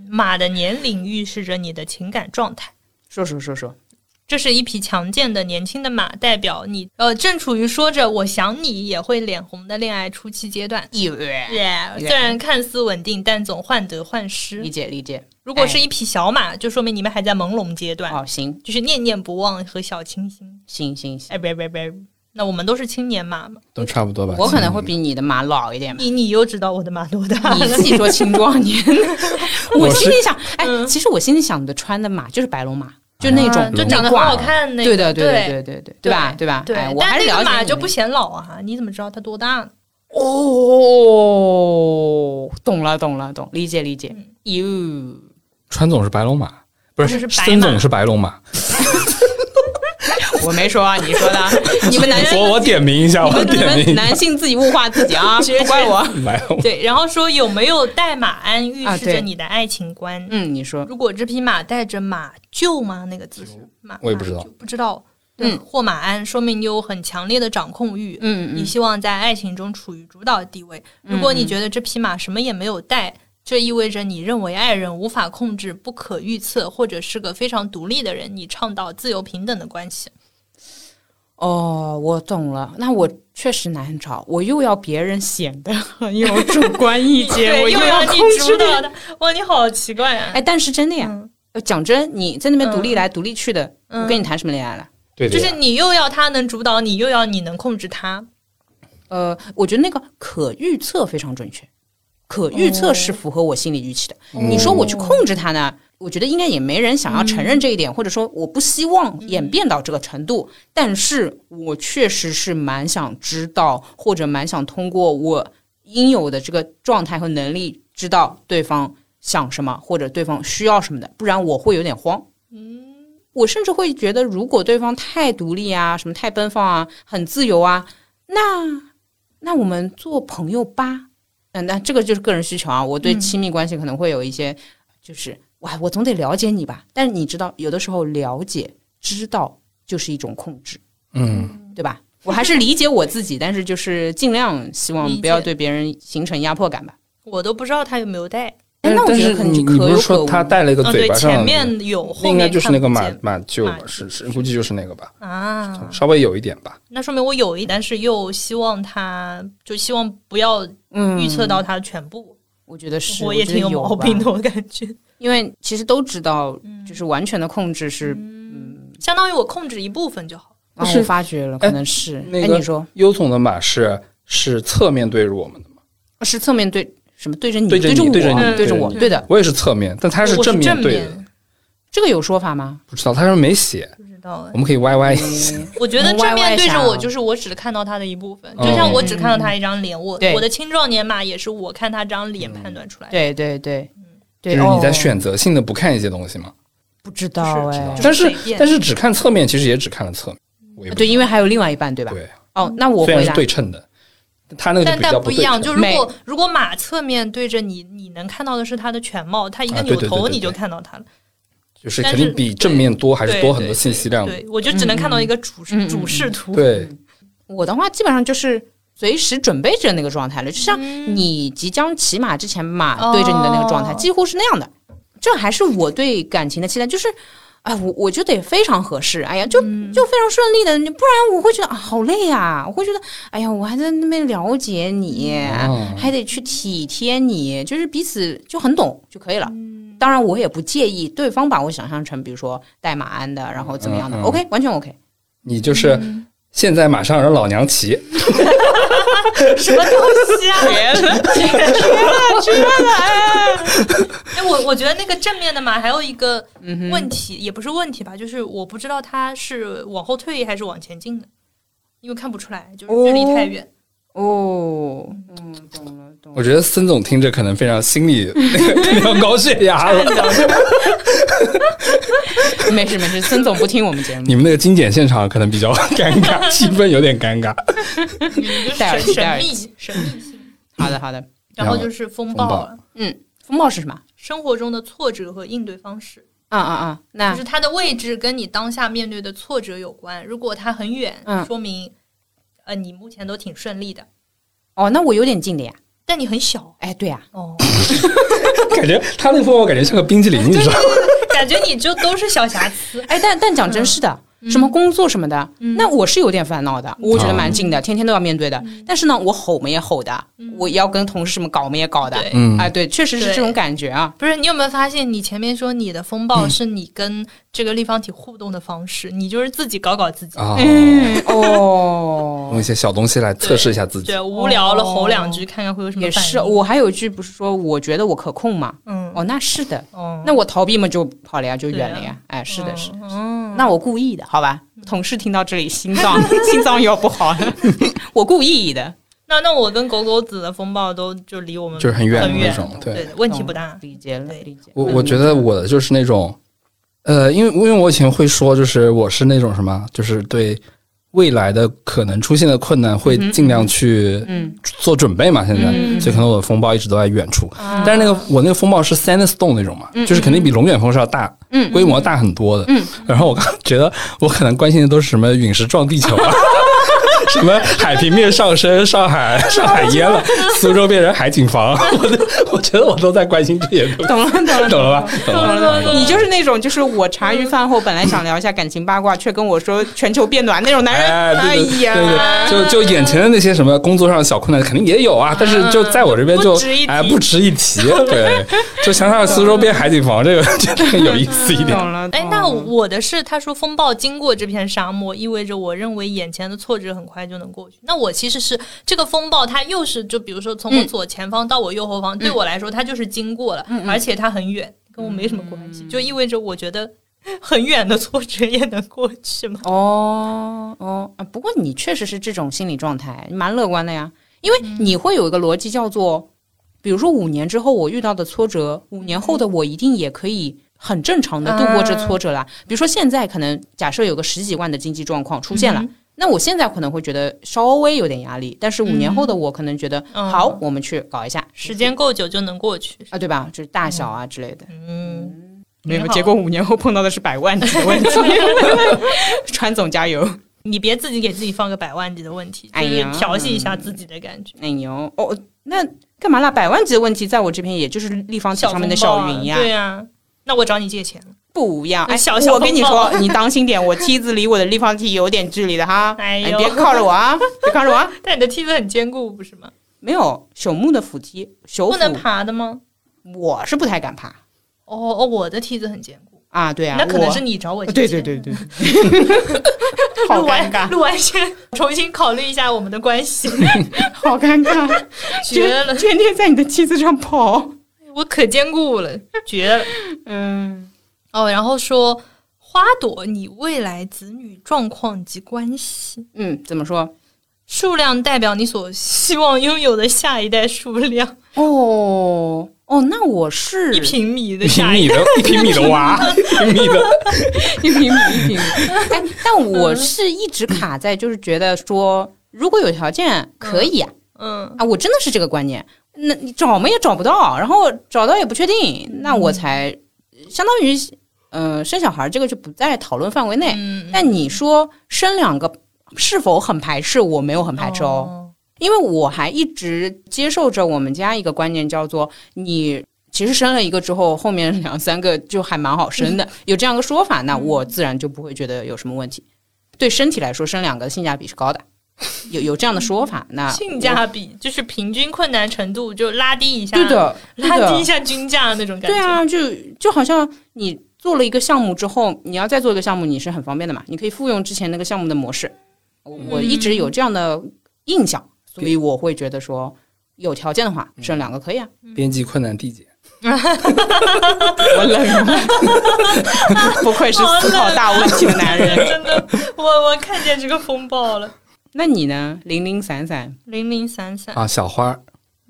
Speaker 1: 马的年龄预示着你的情感状态。
Speaker 3: 说说说说，
Speaker 1: 这是一匹强健的年轻的马，代表你呃正处于说着“我想你”也会脸红的恋爱初期阶段。
Speaker 3: 以为
Speaker 1: Yeah，虽然看似稳定，但总患得患失
Speaker 3: 理。解理解，
Speaker 1: 如果是一匹小马，就说明你们还在朦胧阶段，
Speaker 3: 哦，行
Speaker 1: 就是念念不忘和小清新。
Speaker 3: 行行行，
Speaker 1: 哎，别别别，那我们都是青年马嘛，
Speaker 2: 都差不多吧，
Speaker 3: 我可能会比你的马老一点吧。
Speaker 1: 你你又知道我的马多大
Speaker 3: 你
Speaker 1: 了
Speaker 3: 自？己说青壮年，我
Speaker 2: 我是
Speaker 3: 心里想，哎，
Speaker 1: 嗯
Speaker 3: 其实我心里想的穿的马就是白龙马，就那种
Speaker 1: 啊 *laughs* 就长得很
Speaker 3: 挂
Speaker 1: 好看那
Speaker 3: 对
Speaker 1: 个，
Speaker 3: 的，对
Speaker 1: 对
Speaker 3: 对对对对，对吧？对吧？哎，我还
Speaker 1: 但
Speaker 3: 是
Speaker 1: 那
Speaker 3: 了
Speaker 1: 个
Speaker 3: 解
Speaker 1: 马
Speaker 3: 你
Speaker 1: 就
Speaker 3: 的
Speaker 1: 不显老啊！你怎么知道它多大呢？
Speaker 3: 哦，懂了，懂了，懂，理解理解。哟，
Speaker 2: 川总是白龙马，不
Speaker 1: 不
Speaker 3: 哦
Speaker 2: 是
Speaker 1: 是白
Speaker 2: 孙
Speaker 1: 马
Speaker 2: 总是白龙马，
Speaker 3: 我没说啊，你说 *laughs* 的啊，你们男性，
Speaker 2: 我我点名一下，
Speaker 3: 你
Speaker 2: 我
Speaker 3: 们
Speaker 2: 点
Speaker 3: 你们
Speaker 2: 名
Speaker 3: 男性自己物化自己 *laughs* 啊，不怪我。
Speaker 2: 白龙
Speaker 1: 对，然后说有没有带马鞍预
Speaker 3: 啊
Speaker 1: 示
Speaker 3: 对
Speaker 1: 着你的爱情观？
Speaker 3: 嗯，你说
Speaker 1: 如果这匹马带着马厩吗？那个字是马，
Speaker 2: 我也不知道
Speaker 1: 马厩，不知道。对
Speaker 3: 嗯
Speaker 1: 或马鞍说明你有很强烈的掌控欲，
Speaker 3: 嗯嗯
Speaker 1: 你希望在爱情中处于主导地位。如果你觉得这匹马什么也没有带，这意味着你认为爱人无法控制、不可预测，或者是个非常独立的人。你倡导自由平等的关系。
Speaker 3: 哦，我懂了。那我确实难找，我又要别人显得很有主观意见， *laughs* 我
Speaker 1: 又
Speaker 3: 要
Speaker 1: 你
Speaker 3: 控
Speaker 1: 主
Speaker 3: 制
Speaker 1: 导的，哇，你好奇怪啊！
Speaker 3: 哎，但是真的呀，呃讲真，你在那边独立来、独立去的，我跟你谈什么恋爱了？
Speaker 2: 对
Speaker 1: 嗯就
Speaker 2: 对
Speaker 1: 是你又要他能主导你，又要你能控制他。
Speaker 3: 呃，我觉得那个可预测非常准确，可预测是符合我心理预期的。你说我去控制它呢？我觉得应该也没人想要承认这一点，或者说我不希望演变到这个程度。但是我确实是蛮想知道，或者蛮想通过我应有的这个状态和能力，知道对方想什么，或者对方需要什么的，不然我会有点慌。我甚至会觉得，如果对方太独立啊，什么太奔放啊，很自由啊，那那我们做朋友吧。嗯，那这个就是个人需求啊。我对亲密关系可能会有一些，就是哇，我总得了解你吧。但是你知道，有的时候了解、知道就是一种控制，
Speaker 2: 嗯，
Speaker 3: 对吧？我还是理解我自己，但是就是尽量希望
Speaker 1: 理解嗯
Speaker 3: 不要对别人形成压迫感吧。
Speaker 1: 我都不知道他有没有带。
Speaker 3: 哎那我
Speaker 2: 但
Speaker 3: 觉
Speaker 2: 是
Speaker 3: 得可能
Speaker 2: 你
Speaker 3: 就
Speaker 2: 你
Speaker 3: 可
Speaker 2: 不是
Speaker 3: 有可
Speaker 2: 说
Speaker 3: 无。嗯
Speaker 2: 他带了一个
Speaker 1: 哦，
Speaker 2: 嘴
Speaker 1: 对，
Speaker 2: 巴上
Speaker 1: 前
Speaker 2: 的那个，
Speaker 1: 面有，
Speaker 2: 那
Speaker 1: 后
Speaker 2: 应该
Speaker 1: 面
Speaker 2: 就是那个马
Speaker 1: 看不见
Speaker 2: 马厩
Speaker 1: 马
Speaker 2: 吧，是是，估计就是那个吧，嗯
Speaker 1: 啊。
Speaker 2: 稍微有一点吧，
Speaker 1: 那说明我有一，但是又希望他，就希望不要
Speaker 3: 嗯，
Speaker 1: 预测到他的全部。
Speaker 3: 我觉得是，
Speaker 1: 我也
Speaker 3: 觉
Speaker 1: 挺
Speaker 3: 得
Speaker 1: 有
Speaker 3: 有
Speaker 1: 毛
Speaker 3: 吧
Speaker 1: 病的，我嗯感觉，
Speaker 3: 因为其实都知道，就是完全的控制是，
Speaker 1: 嗯相当于我控制一部分就好。
Speaker 3: 啊，
Speaker 2: 是
Speaker 3: 我发觉了，可能是。
Speaker 2: 那
Speaker 3: 哎，
Speaker 2: 个
Speaker 3: 你说
Speaker 2: 优总的马是是侧面对着我们的嘛，
Speaker 3: 是侧面对什么对着你
Speaker 2: 对着你
Speaker 3: 着我
Speaker 2: 对着
Speaker 1: 你
Speaker 3: 对着我
Speaker 1: 对着你
Speaker 3: 对的，
Speaker 2: 我也是侧面，但他是
Speaker 1: 我是
Speaker 2: 面
Speaker 1: 正
Speaker 2: 对的，
Speaker 1: 面
Speaker 3: 这个有说法吗？
Speaker 2: 不知道他说没写，
Speaker 1: 不知道哎
Speaker 2: 我。们可以 YY 歪歪。
Speaker 1: 我觉得
Speaker 3: 嗯
Speaker 1: 正面
Speaker 3: YY
Speaker 1: 对着
Speaker 3: 啥
Speaker 1: 我，就是我只看到他的一部分，
Speaker 2: 嗯
Speaker 1: 就像我只看到他一张脸，我
Speaker 3: 对
Speaker 1: 我的青壮年嘛，也是我看他这张
Speaker 2: 嗯
Speaker 1: 脸判断出来的。
Speaker 3: 对对对，
Speaker 1: 嗯
Speaker 2: 就
Speaker 3: 对，
Speaker 2: 是你在
Speaker 3: 哦
Speaker 2: 选择性的不看一些东西嘛。
Speaker 3: 不知道
Speaker 2: 知
Speaker 3: 哎
Speaker 2: 道，
Speaker 1: 就
Speaker 2: 但是
Speaker 1: 随便
Speaker 2: 但是只看侧面，其实也只看了侧面。我也不
Speaker 3: 啊对，因为还有另外一半，对吧？
Speaker 2: 对，
Speaker 3: 哦，那我
Speaker 2: 虽
Speaker 3: 回
Speaker 2: 然是
Speaker 3: 答
Speaker 2: 对称的，他那个就
Speaker 1: 但
Speaker 2: 比
Speaker 1: 但
Speaker 2: 较
Speaker 1: 不一
Speaker 2: 对
Speaker 1: 样，
Speaker 2: 称。
Speaker 1: 就如
Speaker 3: 美
Speaker 1: 果如果马侧面对着你，你能看到的是他的全貌，他一
Speaker 2: 啊
Speaker 1: 个
Speaker 2: 对
Speaker 1: 扭
Speaker 2: 对对
Speaker 1: 头
Speaker 2: 对
Speaker 1: 你就
Speaker 2: 对
Speaker 1: 看到他了。
Speaker 2: 就是
Speaker 1: 但
Speaker 2: 肯
Speaker 1: 是
Speaker 2: 定比正面多，还是
Speaker 1: 对
Speaker 2: 多很多
Speaker 1: 对
Speaker 2: 信息量的。
Speaker 1: 对，我就只能看到一个主
Speaker 3: 嗯嗯嗯
Speaker 1: 主视图。
Speaker 2: 对，
Speaker 3: 我的话，基本上就是随时准备着那个状态了，就像你即将骑马之前，马对着你的那个状态，
Speaker 1: 哦
Speaker 3: 几乎是那样的。这还是我对感情的期待，就是，哎，我我就得非常合适，哎呀，就、就非常顺利的，你不然我会觉得啊好累啊，我会觉得，哎呀，我还在那边了解你，
Speaker 2: 哦
Speaker 3: 还得去体贴你，就是彼此就很懂就可以了。当然，我也不介意对方把我想象成，比如说带马鞍的，然后怎么样的、
Speaker 2: 嗯嗯
Speaker 3: o k 完全 OK。
Speaker 2: 你就是
Speaker 1: 嗯
Speaker 2: 现在马上让老娘骑，
Speaker 1: 什么东西啊？哎，我我觉得那个正面的马还有一个
Speaker 3: 嗯
Speaker 1: 问题，也不是问题吧，就是我不知道他是往后退还是往前进的，因为看不出来，就是距离太 *laughs* 远。
Speaker 3: 哦，嗯，懂了，懂了。
Speaker 2: 我觉得孙总听着可能非常心里 *laughs* 肯定要高血
Speaker 1: *laughs*
Speaker 2: 压了。
Speaker 3: 没事没事，孙总不听我们节目，
Speaker 2: 你们那个精简现场可能比较尴
Speaker 1: *laughs*
Speaker 2: 尬，气氛有点尴尬。
Speaker 3: 戴耳
Speaker 1: 神
Speaker 3: 机戴
Speaker 1: 神
Speaker 3: 耳
Speaker 1: 秘
Speaker 3: 机。
Speaker 1: 神秘性，
Speaker 3: 好的好的，
Speaker 1: 然后就是风暴
Speaker 2: 风暴
Speaker 1: 了，
Speaker 3: 风暴是什么？
Speaker 1: 生活中的挫折和应对方式，
Speaker 3: 啊啊啊！
Speaker 1: 就
Speaker 3: 那
Speaker 1: 是它的位置跟你当下面对的挫折有关。如果它很远，
Speaker 3: 嗯
Speaker 1: 说明呃你目前都挺顺利的，
Speaker 3: 哦，那我有点近的呀。
Speaker 1: 但你很小
Speaker 3: 哎，对呀、
Speaker 1: 哦，
Speaker 2: 感觉他那个风暴感觉像个冰激凌，你知道吗？
Speaker 1: 感觉你就都是小瑕疵。
Speaker 3: 哎，但但讲真是的，什么工作什么的，那我是有点烦恼的，我觉得
Speaker 2: 嗯
Speaker 3: 蛮近的，天天都要面对的。但是呢，我吼们也吼的，我要跟同事们搞们也搞的
Speaker 1: 对。
Speaker 2: 嗯
Speaker 3: 哎，嗯对，确实是
Speaker 1: 对
Speaker 3: 这种感觉
Speaker 1: *laughs*
Speaker 3: 啊。
Speaker 1: 不是你有没有发现，你前面说你的风暴是你跟这个立方体互动的方式，你就是自己搞搞自己，
Speaker 2: 啊，
Speaker 3: 嗯，哦 *laughs*
Speaker 2: 用一些小东西来测试一下自己
Speaker 1: 对，。无聊了吼两句，看看会有什么
Speaker 3: 哦也
Speaker 1: 反
Speaker 3: 是，
Speaker 1: 应。
Speaker 3: 我还有一句不是说，我觉得我可控嘛。
Speaker 1: 嗯
Speaker 3: 哦，那是的，
Speaker 1: 哦，
Speaker 3: 那我逃避嘛就跑了呀，就
Speaker 1: 对
Speaker 3: 远
Speaker 1: 啊
Speaker 3: 了呀。哎，是的，是的。
Speaker 1: 嗯，
Speaker 3: 那我故意的，好吧？同事听到这里，心脏 *laughs* 心脏又要不
Speaker 1: *laughs*
Speaker 3: 好了。我故意的，
Speaker 1: 那那我跟狗狗子的风暴都就离我们
Speaker 2: 就是很远的
Speaker 1: 很远
Speaker 2: 那种对
Speaker 1: 对，问题不大
Speaker 3: 懂。理解了，
Speaker 1: 对
Speaker 3: 理解。嗯
Speaker 2: 我我觉得我的就是那种，呃，因为因为我以前会说，就是我是那种什么，就是对未来的可能出现的困难会尽量去
Speaker 3: 嗯
Speaker 2: 做准备嘛。现在，
Speaker 3: 嗯啊
Speaker 2: 所以可能我的风暴一直都在远处，但是那个我那个风暴是 Sandstone 那种嘛，就是肯定比龙卷风是要大，
Speaker 3: 嗯
Speaker 2: 规模大很多的。然后我刚觉得我可能关心的都是什么陨石撞地
Speaker 3: *laughs*
Speaker 2: 球啊。什么海平面上升，上海上海淹
Speaker 3: *laughs*
Speaker 2: 了，苏州变成海景房，我的我觉得我都在关心这些东西。
Speaker 3: 懂了，懂
Speaker 1: *laughs*
Speaker 3: 了，
Speaker 2: *laughs* 懂了吧？懂
Speaker 3: 懂
Speaker 2: 了。
Speaker 3: 了，懂了。你就是那种，就是我茶余饭
Speaker 1: 嗯
Speaker 3: 后本来想聊一下感情八卦，却跟我说全球变暖那种男人。
Speaker 2: 哎，对对
Speaker 3: 呀，
Speaker 2: 对对，就就眼前的那些什么工作上的小困难，肯定也有啊，但是就在我这边就
Speaker 1: 不值一提
Speaker 2: 哎不值一提，对，就想想苏州变海景房这个，这个有
Speaker 1: *laughs*
Speaker 2: 意思一点。*laughs*
Speaker 3: 嗯懂了。
Speaker 1: 哎
Speaker 3: 懂，了
Speaker 1: 那我的是，他说风暴经过这片沙漠，意味着我认为眼前的挫折很快就能过去。那我其实是这个风暴，它又是就比如说从我左前方到我右后方，对我来说它就是经过了，
Speaker 3: 嗯
Speaker 1: 而且它很远，跟我没什么关系，就意味着我觉得嗯 *laughs* 很远的挫折也能过去嘛。
Speaker 3: 哦哦，啊不过你确实是这种心理状态，蛮乐观的呀，因为
Speaker 1: 嗯
Speaker 3: 你会有一个逻辑叫做，比如说五年之后我遇到的挫折，五年后
Speaker 1: 嗯
Speaker 3: 的我一定也可以。很正常的度过这挫
Speaker 1: 啊
Speaker 3: 折啦，比如说现在可能假设有个十几万的经济状况出现
Speaker 1: 嗯
Speaker 3: 了，那我现在可能会觉得稍微有点压力，但是五年后的我可能觉得、
Speaker 1: 嗯
Speaker 3: 好，我们去搞一下
Speaker 1: 时间够久就能过去。
Speaker 3: 啊，对吧？就是大小啊之类的，
Speaker 1: 嗯，
Speaker 3: 没有
Speaker 1: 挺好
Speaker 3: 结果五年后碰到的是百万级的问
Speaker 1: *laughs*
Speaker 3: 题， *laughs* 川总加油！
Speaker 1: 你别自己给自己放个百万级的问题，就
Speaker 3: 哎
Speaker 1: 是
Speaker 3: 呀
Speaker 1: 调戏一下自己的感觉。
Speaker 3: 哎呦，哦，那干嘛啦？百万级的问题在我这边，也就是立方体上面的小云呀。
Speaker 1: 啊对呀、那我找你借钱。
Speaker 3: 不一样，哎，
Speaker 1: 小小
Speaker 3: 我跟你
Speaker 1: 风暴
Speaker 3: 说，你当心点，我梯子离我的立方体有点距离的哈，
Speaker 1: 哎呦
Speaker 3: 你别靠着我啊，别靠着我啊。
Speaker 1: 但你的梯子很坚固，不是吗？
Speaker 3: 没有朽木的扶梯，朽
Speaker 1: 不能
Speaker 3: 木
Speaker 1: 爬的吗？
Speaker 3: 我是不太敢爬
Speaker 1: 哦哦，我的梯子很坚固，
Speaker 3: 啊，对啊，
Speaker 1: 那可能是
Speaker 3: 我
Speaker 1: 你找我借
Speaker 3: 对对
Speaker 1: 钱
Speaker 3: 对对，
Speaker 1: *laughs*
Speaker 3: 好
Speaker 1: 录
Speaker 3: 尴
Speaker 1: 完
Speaker 3: 尬，
Speaker 1: 录完先重新考虑一下我们的关
Speaker 3: *laughs*
Speaker 1: 系，
Speaker 3: 好尴
Speaker 1: *laughs*
Speaker 3: 尬，
Speaker 1: 绝了！
Speaker 3: 天天在你的梯子上跑，
Speaker 1: 我可坚固了，绝了！
Speaker 3: 嗯，
Speaker 1: 哦，然后说花朵，你未来子女状况及关系，
Speaker 3: 嗯，怎么说？
Speaker 1: 数量代表你所希望拥有的下一代数量，
Speaker 3: 哦哦，那我是
Speaker 1: 一平米的
Speaker 2: 一平
Speaker 1: 下一
Speaker 2: 米
Speaker 1: 代。
Speaker 2: 的一平米的娃，一平米的
Speaker 3: 一平米一
Speaker 1: *laughs*
Speaker 3: 平米。哎，但我是一直卡在，就是觉得说，如果有条件可以啊，
Speaker 1: 嗯，
Speaker 3: 啊，我真的是这个观念。那你找嘛也找不到，然后找到也不确定，那我才呃相当于，嗯、生小孩这个就不在讨论范围内。
Speaker 1: 嗯
Speaker 3: 但你说生两个是否很排斥？我没有很排斥哦，因为我还一直接受着我们家一个观念，叫做你其实生了一个之后，后面两三个就还蛮好
Speaker 1: *laughs*
Speaker 3: 生的，有这样一个说法，
Speaker 1: 嗯
Speaker 3: 那我自然就不会觉得有什么问题。对身体来说，生两个性价比是高的，有有这样的说法。那
Speaker 1: 性价比就是平均困难程度就拉低一下，
Speaker 3: 对，的，对
Speaker 1: 拉低一
Speaker 3: 的，
Speaker 1: 下均价那种感觉。
Speaker 3: 对，啊，就就好像你做了一个项目之后，你要再做一个项目，你是很方便的嘛，你可以复用之前那个项目的模式。我我一直有这样的印象，所以我会觉得说，有条件的话，生两个可以啊。
Speaker 2: 编辑困难递减。
Speaker 3: 我冷了，不愧是思考大问题的男 *laughs* 人。
Speaker 1: 真的，我我看见这个风暴了，
Speaker 3: 那你呢？零零散散
Speaker 1: 零零散散，
Speaker 2: 啊，小花儿，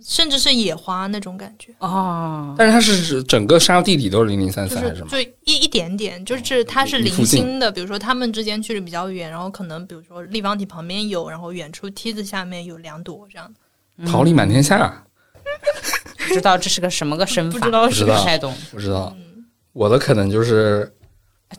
Speaker 1: 甚至是野花那种感觉。
Speaker 3: 哦，
Speaker 2: 但是它是指整个沙地里都是零零散
Speaker 1: 就
Speaker 2: 散，还是什
Speaker 1: 是
Speaker 2: 么？
Speaker 1: 就一一点点，就是它是
Speaker 2: 你
Speaker 1: 零
Speaker 2: 附近
Speaker 1: 星的，比如说他们之间距离比较远，然后可能比如说立方体旁边有，然后远处梯子下面有两朵这样的，
Speaker 2: 桃李满天下，啊
Speaker 3: 不知道这是个什么个身
Speaker 1: 不
Speaker 3: 法，
Speaker 1: 知道
Speaker 2: 知
Speaker 1: 是
Speaker 2: 道
Speaker 3: 不太懂，
Speaker 2: 不知道。我的可能就是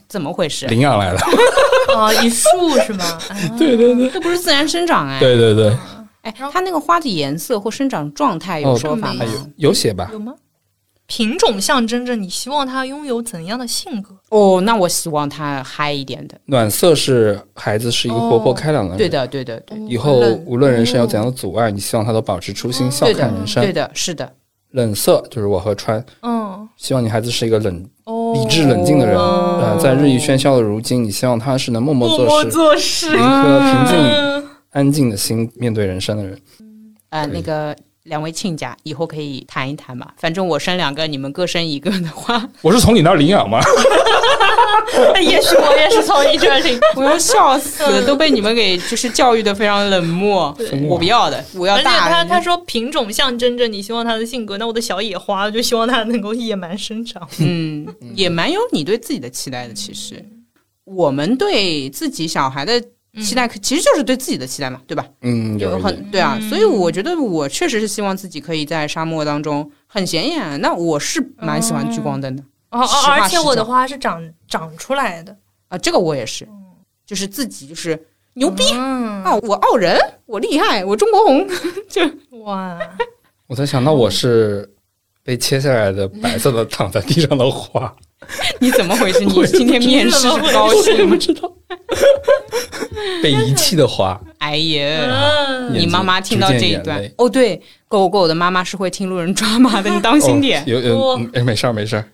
Speaker 3: 怎么回事？
Speaker 2: 领养来的，
Speaker 3: *laughs*
Speaker 1: 啊一束是吗？啊
Speaker 2: 对对对，
Speaker 3: 这不是自然生长哎。
Speaker 2: *laughs* 对对对，
Speaker 3: 哎，它那个花的颜色或生长状态有说法
Speaker 1: 哦
Speaker 3: 吗
Speaker 2: 还？有有写吧？
Speaker 1: 有吗？品种象征着你希望它拥有怎样的性格？
Speaker 3: 哦，那我希望它嗨一点的。
Speaker 2: 暖色是孩子是一个活泼开朗的人，
Speaker 3: 对的，对的，对
Speaker 2: 以后
Speaker 1: 冷
Speaker 2: 无论人生有怎样的阻碍，你希望他都保持初心，笑
Speaker 3: 嗯对
Speaker 2: 看
Speaker 3: 的
Speaker 2: 人，生
Speaker 3: 对。的，是的。
Speaker 2: 冷色就是我和川，
Speaker 1: 嗯
Speaker 2: 希望你孩子是一个冷、
Speaker 1: 哦，
Speaker 2: 理智、冷静的人。
Speaker 1: 哦
Speaker 2: 呃，在日益喧嚣的如今，你希望他是能默默
Speaker 1: 默
Speaker 2: 做
Speaker 1: 默
Speaker 2: 事，
Speaker 1: 做事
Speaker 2: 一。颗平静、
Speaker 1: 嗯
Speaker 2: 安静的心面对人生的人。
Speaker 3: 呃，
Speaker 2: 对
Speaker 3: 那个两位亲家以后可以谈一谈嘛，反正我生两个，你们各生一个的话， *laughs*
Speaker 2: 我是从你那儿领养吗？
Speaker 1: 也许我也是从你这里，
Speaker 3: 我要笑死，嗯都被你们给就是教育的非常冷漠。我不要的，我要
Speaker 1: 而且
Speaker 3: 大
Speaker 1: 他
Speaker 3: 人。
Speaker 1: 他说品种象征着你希望它的性格，那我的小野花就希望它能够野蛮生长。
Speaker 3: 嗯，也蛮有你对自己的期待的。其实，我们对自己小孩的
Speaker 1: 嗯
Speaker 3: 期待，其实就是对自己的期待嘛，对吧？
Speaker 2: 嗯，有
Speaker 3: 有
Speaker 2: 一点。
Speaker 3: 很对啊，所以我觉得我确实是希望自己可以在沙漠当中很显眼。那我是蛮喜欢聚光灯的
Speaker 1: 哦，
Speaker 3: 实
Speaker 1: 哦
Speaker 3: 话
Speaker 1: 而且
Speaker 3: 实
Speaker 1: 我的
Speaker 3: 讲
Speaker 1: 花是长长出来的，
Speaker 3: 啊，这个我也是，就是自己就是牛逼
Speaker 1: 嗯，
Speaker 3: 啊，我傲人，我厉害，我中国红。 *laughs*
Speaker 1: 哇，
Speaker 2: 我才想到我是被切下来的白色的躺在地上的花， *laughs*
Speaker 3: 你怎么回事？你今天面试是高
Speaker 2: *laughs*
Speaker 3: 兴吗？
Speaker 2: 知道被遗弃的 *laughs* 花。
Speaker 3: 哎呀，
Speaker 1: 嗯，
Speaker 2: 眼
Speaker 3: 你
Speaker 2: 睛
Speaker 3: 妈妈听到这一
Speaker 2: 逐渐眼
Speaker 3: 段
Speaker 2: 泪
Speaker 3: 哦，对，狗狗的妈妈是会听路人抓马的，你当心点
Speaker 2: 哦、。有有
Speaker 1: 多
Speaker 2: 嗯哎没事儿没事儿，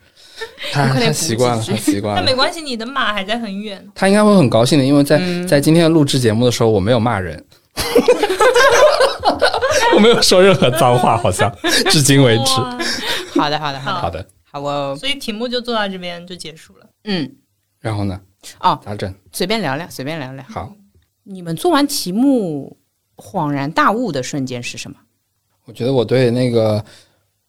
Speaker 2: 他
Speaker 3: 快
Speaker 2: 他
Speaker 3: 点补
Speaker 2: 习惯了，
Speaker 3: 几句
Speaker 2: 他习
Speaker 3: *laughs*
Speaker 2: 惯
Speaker 1: 但没
Speaker 2: 了，
Speaker 1: 关系，你的马还在很远。
Speaker 2: 他应该会很高兴的，因为在、
Speaker 3: 嗯
Speaker 2: 在今天录制节目的时候，我没有骂人。 *laughs* 我没有说任何脏话，好像至今为止。
Speaker 1: 哇
Speaker 3: 好的，好的，好
Speaker 2: *laughs*
Speaker 3: 的，
Speaker 2: 好的，
Speaker 3: 好哦。
Speaker 1: 所以题目就做到这边就结束了。
Speaker 3: 嗯，
Speaker 2: 然后呢？
Speaker 3: 哦，
Speaker 2: 咋整？
Speaker 3: 随便聊聊，随便聊聊。
Speaker 2: 好，
Speaker 3: 你们做完题目恍然大悟的瞬间是什么？
Speaker 2: 我觉得我对那个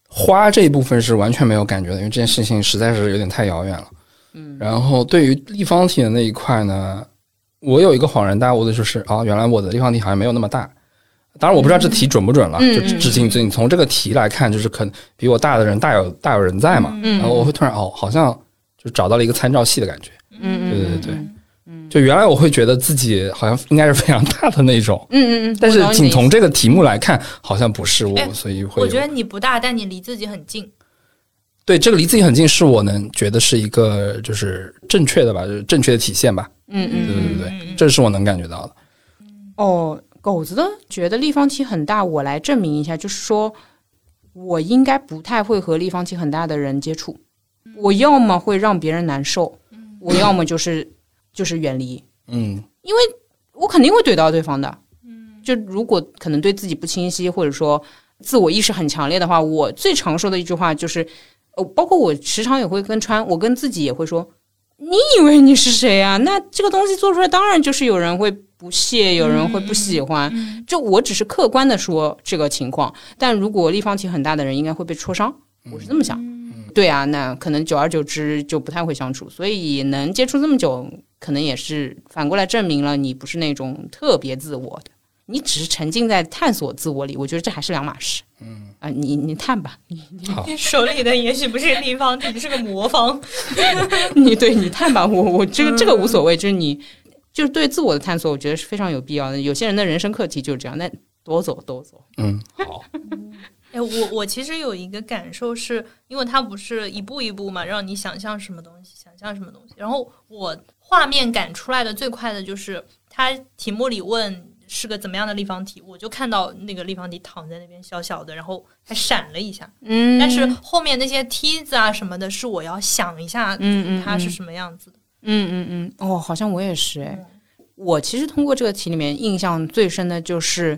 Speaker 2: 花这一部分是完全没有感觉的，因为这件事情实在是有点太遥远了。嗯，然后对于立方体的那一块呢，我有一个恍然大悟的就是，啊，原来我的立方体好像没有那么大。当然，我不知道这题准不准了，
Speaker 3: 嗯
Speaker 2: 就至今最近从这个题来看，就是可能比我大的人大有大有人在嘛。
Speaker 3: 嗯
Speaker 2: 然后我会突然哦，好像就找到了一个参照系的感觉。
Speaker 3: 嗯，
Speaker 2: 对对对，就原来我会觉得自己好像应该是非常大的那种，
Speaker 3: 嗯嗯嗯。
Speaker 2: 但是
Speaker 3: 我懂你的
Speaker 2: 仅
Speaker 3: 意思
Speaker 2: 从这个题目来看，好像不是我
Speaker 1: 哎，
Speaker 2: 所以会
Speaker 1: 我
Speaker 2: 有
Speaker 1: 觉得你不大，但你离自己很近。
Speaker 2: 对这个离自己很近，是我能觉得是一个就是正确的吧，就是正确的体现吧。
Speaker 3: 嗯嗯
Speaker 2: 对
Speaker 3: 嗯
Speaker 2: 对
Speaker 1: 嗯
Speaker 2: 对
Speaker 1: 嗯
Speaker 2: 对，这是我能感觉到的。
Speaker 3: 哦，狗子的觉得立方体很大，我来证明一下，就是说我应该不太会和立方体很大的人接触，我要么会让别人难受，我要么就是就是远离，
Speaker 2: 嗯，
Speaker 3: 我肯定会怼到对方的。就如果可能对自己不清晰，或者说自我意识很强烈的话，我最常说的一句话就是。呃，包括我时常也会跟川，我跟自己也会说，你以为你是谁啊？那这个东西做出来，当然就是有人会不屑，有人会不喜欢。就我只是客观的说这个情况，但如果立方体很大的人，应该会被戳伤。我是这么想，对啊，那可能久而久之就不太会相处，所以能接触这么久，可能也是反过来证明了你不是那种特别自我的，你只是沉浸在探索自我里。我觉得这还是两码事。嗯啊、你你探吧， *laughs*
Speaker 2: 好，
Speaker 1: *laughs* 手里的也许不是立方体，是个魔方。
Speaker 3: 你对你探吧，我我这个这个无所谓，就是你就是对自我的探索，我觉得是非常有必要的。有些人的人生课题就是这样，那多走多走，
Speaker 2: 嗯，好，
Speaker 1: 哎，我我其实有一个感受是，因为它不是一步一步嘛，让你想象什么东西，想象什么东西。然后我画面感出来的最快的就是，它题目里问是个怎么样的立方体，我就看到那个立方体躺在那边小小的，然后还闪了一下。
Speaker 3: 嗯
Speaker 1: 但是后面那些梯子啊什么的，是我要想一下
Speaker 3: 嗯嗯
Speaker 1: 它是什么样子的。
Speaker 3: 嗯嗯嗯，哦，好像我也是哎。我其实通过这个题里面印象最深的就是，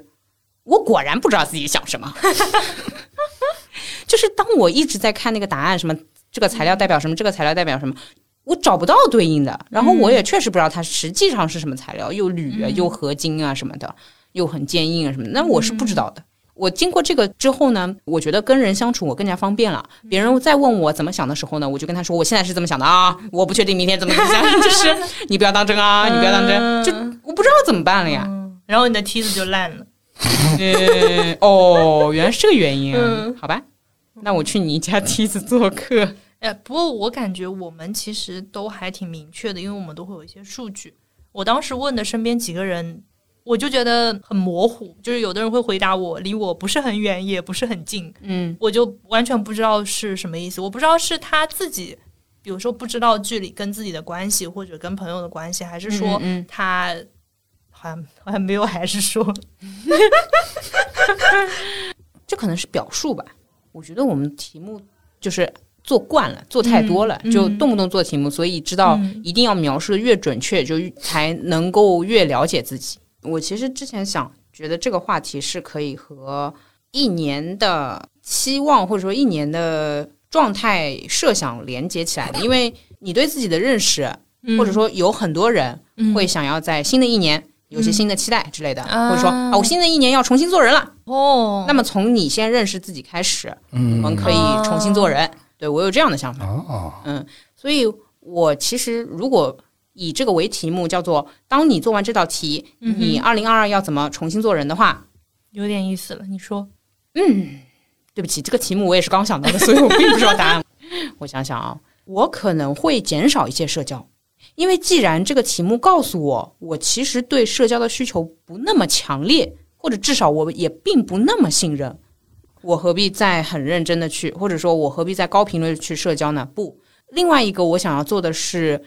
Speaker 3: 我果然不知道自己想什么。 *laughs* 就是当我一直在看那个答案，什么这个材料代表什么，这个材料代表什么，我找不到对应的。然后我也确实不知道它实际上是什么材料，又铝啊，又合金啊什么的，又很坚硬啊什么的，那我是不知道的。我经过这个之后呢，我觉得跟人相处我更加方便了。别人再问我怎么想的时候呢，我就跟他说我现在是这么想的啊，我不确定明天怎么怎么想， *laughs* 就是你不要当真啊，你不要当真，就我不知道怎么办了呀。
Speaker 1: 然后你的梯子就烂了。
Speaker 3: *laughs* 嗯，哦，原来是这个原因啊
Speaker 1: 嗯，
Speaker 3: 好吧，那我去你家梯子做客。
Speaker 1: 哎，不过我感觉我们其实都还挺明确的，因为我们都会有一些数据。我当时问的身边几个人，我就觉得很模糊，就是有的人会回答我，离我不是很远，也不是很近，
Speaker 3: 嗯
Speaker 1: 我就完全不知道是什么意思。我不知道是他自己，比如说不知道距离跟自己的关系，或者跟朋友的关系，还是说
Speaker 3: 嗯嗯嗯
Speaker 1: 他好像好像没有，还是说
Speaker 3: 这可能是表述吧。我觉得我们题目就是做惯了，做太多了，
Speaker 1: 嗯
Speaker 3: 就动不动做题目，所以知道
Speaker 1: 嗯
Speaker 3: 一定要描述的越准确，就越才能够越了解自己。我其实之前想，觉得这个话题是可以和一年的期望或者说一年的状态设想连接起来的，因为你对自己的认识，或
Speaker 1: 嗯
Speaker 3: 者说有很多人会想要在新的一年。有些新的期待之类的，
Speaker 1: 嗯啊
Speaker 3: 或者说啊，我新的一年要重新做人了，
Speaker 1: 哦，
Speaker 3: 那么从你先认识自己开始，我
Speaker 2: 嗯，
Speaker 3: 们可以重新做
Speaker 1: 哦
Speaker 3: 人。对我有这样的想法，
Speaker 2: 哦，
Speaker 3: 所以我其实如果以这个为题目，叫做“当你做完这道题，
Speaker 1: 嗯哼
Speaker 3: 你二零二二要怎么重新做人”的话，
Speaker 1: 有点意思了。你说，
Speaker 3: 对不起，这个题目我也是刚想到的，所以我并不知道答案。 *laughs* 我想想啊，我可能会减少一些社交，因为既然这个题目告诉我，我其实对社交的需求不那么强烈，或者至少我也并不那么信任，我何必再很认真的去，或者说我何必在高频率地去社交呢？不，另外一个我想要做的是，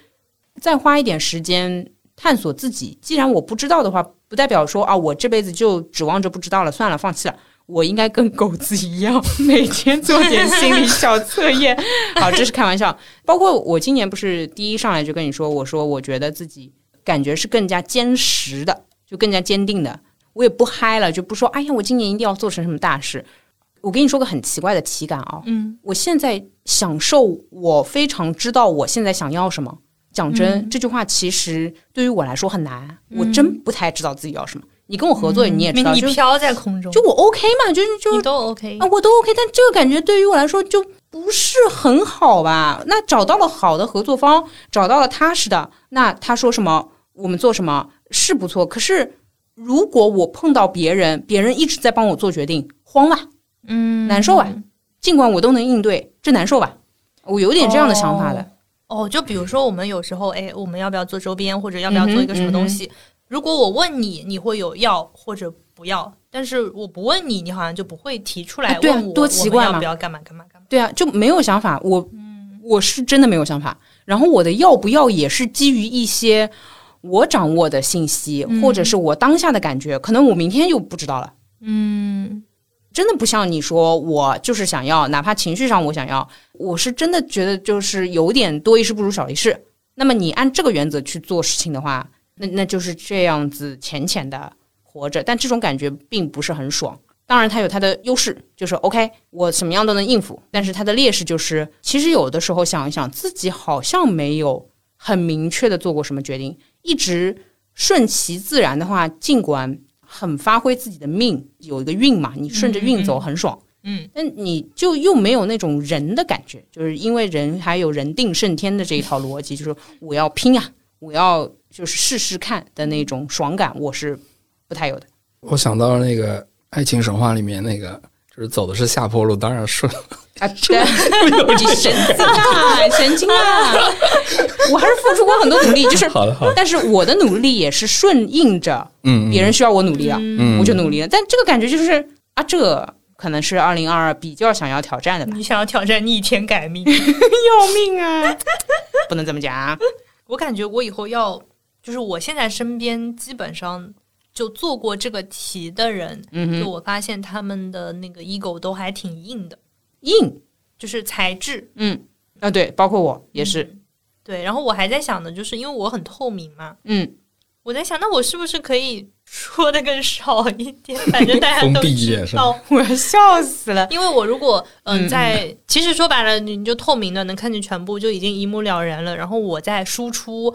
Speaker 3: 再花一点时间探索自己。既然我不知道的话，不代表说啊，我这辈子就指望着不知道了，算了，放弃了。我应该跟狗子一样，每天做点心理小测验。好，这是开玩笑。包括我今年不是第一上来就跟你说，我说我觉得自己感觉是更加坚实的，就更加坚定的。我也不嗨了，就不说哎呀，我今年一定要做成什么大事。我跟你说个很奇怪的体感啊、
Speaker 1: 嗯
Speaker 3: 我现在享受，我非常知道我现在想要什么。讲真，
Speaker 1: 嗯
Speaker 3: 这句话其实对于我来说很难，我真不太知道自己要什么。你跟我合作，你也知道，
Speaker 1: 嗯你
Speaker 3: 就是
Speaker 1: 飘在空中，
Speaker 3: 就我 OK 嘛，就是就是
Speaker 1: 你都 OK
Speaker 3: 啊，。我都 OK，但这个感觉对于我来说就不是很好吧？那找到了好的合作方，找到了踏实的，那他说什么，我们做什么是不错。可是如果我碰到别人，别人一直在帮我做决定，慌吧，
Speaker 1: 嗯，
Speaker 3: 难受啊吧？尽管我都能应对，这难受吧？我有点这样的想法的。
Speaker 1: 哦，就比如说我们有时候，哎，我们要不要做周边，或者
Speaker 3: 嗯
Speaker 1: 要不要做一个什么东西？如果我问你，你会有要或者不要，但是我不问你，你好像就不会提出来
Speaker 3: 哎对啊
Speaker 1: 问我，
Speaker 3: 多奇怪
Speaker 1: 我们要
Speaker 3: 嘛
Speaker 1: 不要干嘛干嘛干嘛？
Speaker 3: 对啊，就没有想法。我，我是真的没有想法。然后我的要不要也是基于一些我掌握的信息，或者是我当下的感觉，可能我明天又不知道了。
Speaker 1: 嗯
Speaker 3: 真的不像你说，我就是想要，哪怕情绪上我想要，我是真的觉得就是有点多一事不如少一事。那么你按这个原则去做事情的话，那那就是这样子浅浅的活着，但这种感觉并不是很爽。当然，它有它的优势，就是 OK，我什么样都能应付。但是它的劣势就是，其实有的时候想一想，自己好像没有很明确的做过什么决定，一直顺其自然的话，尽管很发挥自己的命，有一个运嘛，你顺着运走很爽。
Speaker 1: 嗯，
Speaker 3: 但你就又没有那种人的感觉，就是因为人还有人定胜天的这一套逻辑，就是我要拼啊，我要就是试试看的那种爽感，我是不太有的。
Speaker 2: 我想到了那个爱情神话里面那个，就是走的是下坡路，当然顺
Speaker 3: 啊，
Speaker 2: *laughs*
Speaker 3: 对，你神经啊，神经啊！我还是付出过很多努力，就是，
Speaker 2: 好的好的，
Speaker 3: 但是我的努力也是顺应着
Speaker 2: 嗯，嗯
Speaker 3: 别人需要我努力啊，
Speaker 2: 嗯
Speaker 3: 我就努力了。但这个感觉就是啊，这可能是二零二二比较想要挑战的吧？
Speaker 1: 你想要挑战逆天改命，
Speaker 3: 要命啊！ *laughs* 不能这么讲啊，
Speaker 1: 我感觉我以后要，就是我现在身边基本上就做过这个题的人，
Speaker 3: 嗯
Speaker 1: 就
Speaker 3: 哼，
Speaker 1: 我发现他们的那个 ego 都还挺硬的，
Speaker 3: 硬
Speaker 1: 就是材质
Speaker 3: 啊，对，包括我也是，
Speaker 1: 嗯对。然后我还在想呢，就是因为我很透明嘛，
Speaker 3: 嗯，
Speaker 1: 我在想，那我是不是可以说的更少一点？ *laughs* 反正大家都
Speaker 2: 封闭一点
Speaker 1: 知
Speaker 2: 是吧
Speaker 1: 道，
Speaker 3: 我要笑死了，
Speaker 1: 因为我如果、
Speaker 3: 嗯
Speaker 1: 嗯在，其实说白了，你你就透明的能看见全部，就已经一目了然了。然后我在输出，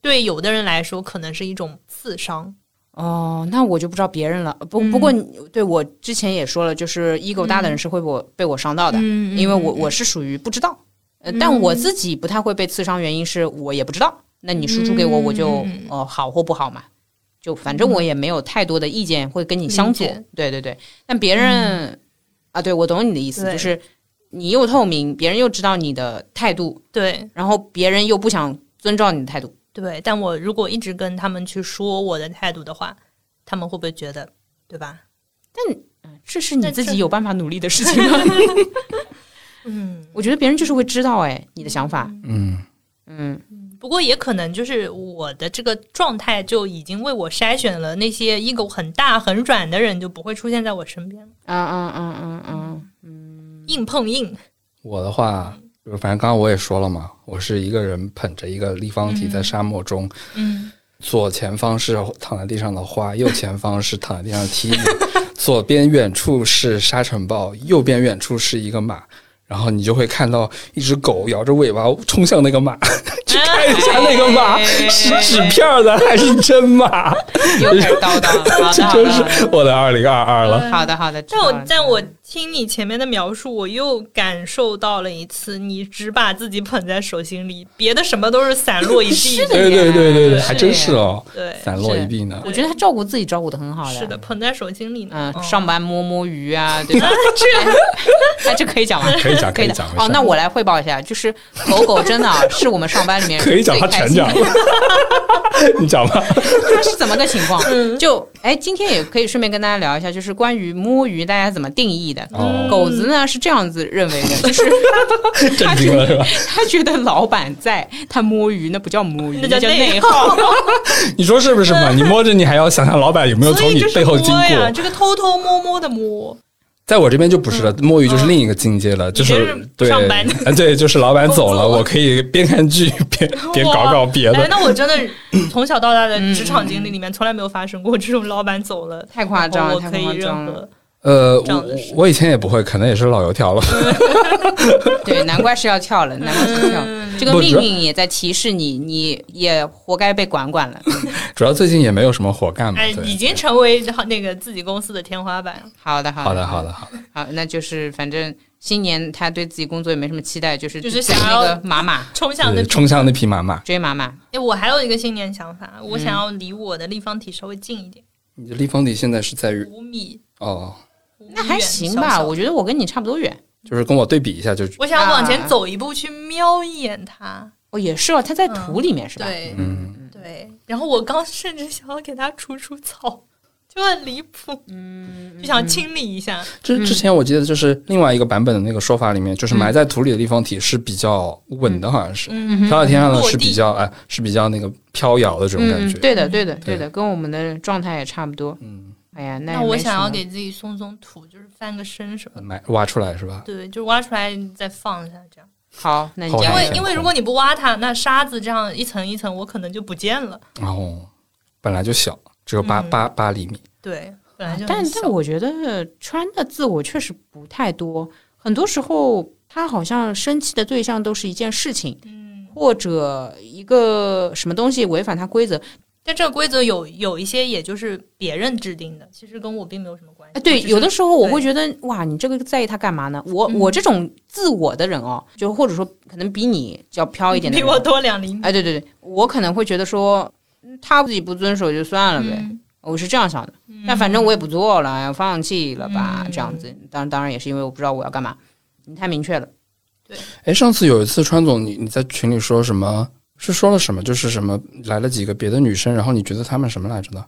Speaker 1: 对有的人来说可能是一种刺伤。
Speaker 3: 哦，那我就不知道别人了。不，
Speaker 1: 嗯
Speaker 3: 不过你对我之前也说了，就是 ego 大的人是会被我、被我伤到的，
Speaker 1: 嗯
Speaker 3: 因为我我是属于不知道，呃，但我自己不太会被刺伤，原因是我也不知道。那你输出给我，
Speaker 1: 嗯
Speaker 3: 我就
Speaker 1: 嗯
Speaker 3: 呃好或不好嘛，就反正我也没有太多的意见会跟你相左
Speaker 1: 理解。嗯
Speaker 3: 对对对，但别人、啊，对我懂你的意思，
Speaker 1: 对
Speaker 3: 就是你又透明，别人又知道你的态度，
Speaker 1: 对
Speaker 3: 然后别人又不想遵照你的态度。
Speaker 1: 对，但我如果一直跟他们去说我的态度的话，他们会不会觉得，对吧？
Speaker 3: 这是你
Speaker 1: 那
Speaker 3: 自
Speaker 1: 这
Speaker 3: 己有办法努力的事情吗？ *laughs*
Speaker 1: 嗯，
Speaker 3: 我觉得别人就是会知道哎你的想法，
Speaker 2: 嗯，
Speaker 3: 嗯
Speaker 1: 不过也可能就是我的这个状态就已经为我筛选了那些 ego 很大很软的人，就不会出现在我身边了。
Speaker 3: 啊啊啊啊啊，
Speaker 1: 硬碰硬，
Speaker 2: 我的话，就是反正刚刚我也说了嘛，我是一个人捧着一个立方体在沙漠中，
Speaker 1: 嗯，
Speaker 2: 左前方是躺在地上的花，右前方是躺在地上的梯子， *laughs* 左边远处是沙尘暴，右边远处是一个马。然后你就会看到一只狗摇着尾巴冲向那个马， *laughs* 去看一下那个马是纸片儿的还是真马。
Speaker 3: 又开始叨叨了，
Speaker 2: *laughs* 这
Speaker 3: 好
Speaker 2: 真
Speaker 3: 的好
Speaker 2: 是我的二零二二了。
Speaker 3: 的好的好 *laughs* 的，
Speaker 1: 但我
Speaker 3: 在
Speaker 1: 但我听你前面的描述，我又感受到了一次，你只把自己捧在手心里，别的什么都是散落一地。
Speaker 3: 是的
Speaker 2: 对对对对对，
Speaker 3: 是
Speaker 2: 还真是哦，
Speaker 1: 对，
Speaker 2: 散落一地呢。
Speaker 3: 我觉得他照顾自己照顾的很好的，
Speaker 1: 是的，，哦捧在手心里呢。
Speaker 3: 嗯，上班摸摸鱼啊，对吧？这哎这可
Speaker 2: *laughs*
Speaker 3: 以讲吗？
Speaker 2: 可以讲，可
Speaker 3: 可
Speaker 2: 以
Speaker 3: 以的
Speaker 2: 讲，没事
Speaker 3: 哦，那我来汇报一下，就是狗狗真的啊是我们上班里面
Speaker 2: *laughs* 可以讲，
Speaker 3: 最
Speaker 2: 他全
Speaker 3: 开心
Speaker 2: 讲，你讲吧。
Speaker 3: 它是怎么个情况？就哎，今天也可以顺便跟大家聊一下，就是关于摸鱼大家怎么定义的。
Speaker 2: 哦，
Speaker 3: 狗子呢是这样子认为的，就是
Speaker 2: *laughs* 震惊 *laughs* 了是吧？
Speaker 3: 他觉得老板在，他摸鱼那不叫摸鱼，
Speaker 1: 那
Speaker 3: 叫
Speaker 1: 叫
Speaker 3: 内
Speaker 1: 内
Speaker 3: 耗。
Speaker 2: 你说是不是嘛？你摸着你还要想想老板有没有
Speaker 1: 所
Speaker 2: 从
Speaker 1: 以
Speaker 2: 你
Speaker 1: 这是
Speaker 2: 背后经
Speaker 1: 摸呀，
Speaker 2: 过。
Speaker 1: 这个偷偷摸摸的摸，
Speaker 2: 在我这边就不是了，摸鱼就是另一个境界了，
Speaker 1: 嗯
Speaker 2: 就
Speaker 1: 你这
Speaker 2: 是
Speaker 1: 是
Speaker 2: 对
Speaker 1: 上班，
Speaker 2: *laughs* 啊对，就是老板
Speaker 1: *laughs*
Speaker 2: 走了，
Speaker 1: 工作
Speaker 2: 我可以边看剧 *laughs* 边边搞搞别
Speaker 1: 哎
Speaker 2: 的，。
Speaker 1: 那我真的
Speaker 2: *clears throat*
Speaker 1: 从小到大的职场经历里面，从来没有发生过这种老板走了，
Speaker 3: 太夸张
Speaker 1: 然后
Speaker 3: 了，
Speaker 1: 我
Speaker 3: 太
Speaker 1: 可
Speaker 3: 夸
Speaker 1: 以
Speaker 3: 张
Speaker 1: 任
Speaker 3: 了。
Speaker 1: 何。
Speaker 2: 呃，
Speaker 1: 这
Speaker 2: 我
Speaker 1: 样的事
Speaker 2: 我以前也不会，可能也是老
Speaker 1: *laughs*
Speaker 2: 油条了。
Speaker 3: 对，难怪是要跳
Speaker 1: 嗯
Speaker 3: 了，难怪是跳了。这个
Speaker 2: 不主
Speaker 3: 命
Speaker 2: 要
Speaker 3: 运也在提示你，你也活该被管
Speaker 1: *laughs*
Speaker 3: 管了。
Speaker 2: 主要最近也没有什么活干嘛。
Speaker 1: 哎，
Speaker 2: 嗯对
Speaker 1: 已经成为那个自己公司的天花板了。
Speaker 3: 好的，
Speaker 2: 好
Speaker 3: 的，
Speaker 2: 的，好
Speaker 3: 好
Speaker 2: 的，，好的。
Speaker 3: 好，那就是反正新年他对自己工作也没什么期待，就是
Speaker 1: 就是
Speaker 3: 追
Speaker 1: 想
Speaker 3: 那
Speaker 1: 要
Speaker 3: 个马马
Speaker 1: 冲向那
Speaker 2: 对，冲向那匹马嘛。
Speaker 3: 追马马。
Speaker 1: 哎，我还有一个新年想法，我想要离我的立方体稍微近一点，
Speaker 2: 你的立方体现在是在于
Speaker 1: 五米。
Speaker 2: 哦，
Speaker 1: 五米
Speaker 3: 那还
Speaker 1: 远
Speaker 3: 行
Speaker 1: 小
Speaker 3: 吧，
Speaker 1: 小
Speaker 3: 我觉得我跟你差不多远。
Speaker 2: 就是跟我对比一下就，
Speaker 1: 我想往
Speaker 3: 啊
Speaker 1: 前走一步去瞄一眼它。
Speaker 3: 哦，也是哦，他在土里面是吧？
Speaker 1: 对
Speaker 2: 嗯，
Speaker 1: 对，然后我刚甚至想要给它除除草，就很离谱，
Speaker 3: 嗯
Speaker 1: 就想清理一下。
Speaker 2: 之之前我记得就是另外一个版本的那个说法里面，就是埋在土里的立方体是比较稳的，好像是
Speaker 1: 嗯，
Speaker 2: 飘在天上的
Speaker 1: 落
Speaker 2: 是比
Speaker 1: 地
Speaker 2: 较哎是比较那个飘摇的这种感
Speaker 3: 嗯，
Speaker 2: 觉。
Speaker 3: 对的，对的，
Speaker 2: 对
Speaker 3: 对的，跟我们的状态也差不多。
Speaker 2: 嗯，
Speaker 3: 哎呀，那
Speaker 1: 那
Speaker 3: 也
Speaker 1: 我
Speaker 3: 没
Speaker 1: 想
Speaker 3: 什
Speaker 1: 要
Speaker 3: 么
Speaker 1: 给自己松松土，就是翻个身什么的。
Speaker 2: 埋挖出来是吧？
Speaker 1: 对，就挖出来再放一下，这样。
Speaker 3: 好，那你
Speaker 2: 好
Speaker 3: 这
Speaker 1: 因
Speaker 3: 样
Speaker 2: 呀
Speaker 1: 为
Speaker 3: 也
Speaker 1: 因为如果你不挖它，那沙子这样一层一层，我可能就不见了。
Speaker 2: 然后本来就小，只有八
Speaker 1: 嗯
Speaker 2: 八八厘米。
Speaker 1: 对，本来就
Speaker 3: 但
Speaker 1: 很小
Speaker 3: 但我觉得川的字我确实不太多，很多时候他好像生气的对象都是一件事情，
Speaker 1: 嗯，
Speaker 3: 或者一个什么东西违反他规则。
Speaker 1: 但这个规则有有一些也就是别人制定的，其实跟我并没有什么关系。
Speaker 3: 哎，对，
Speaker 1: 只是
Speaker 3: 有的时候我
Speaker 1: 对
Speaker 3: 会觉得哇，你这个在意他干嘛呢？我、
Speaker 1: 嗯
Speaker 3: 我这种自我的人哦，就或者说可能比你要飘一点的
Speaker 1: 比
Speaker 3: 人，
Speaker 1: 我多两厘米，
Speaker 3: 哎，对对对，我可能会觉得说嗯他自己不遵守就算了呗，
Speaker 1: 嗯
Speaker 3: 我是这样想的。但反正我也不做了，哎放弃了吧，
Speaker 1: 嗯
Speaker 3: 这样子。当然，当然也是因为我不知道我要干嘛，你太明确了。
Speaker 2: 哎，上次有一次川总你你在群里说什么？是说了什么？就是什么来了几个别的女生，然后你觉得她们什么来着的？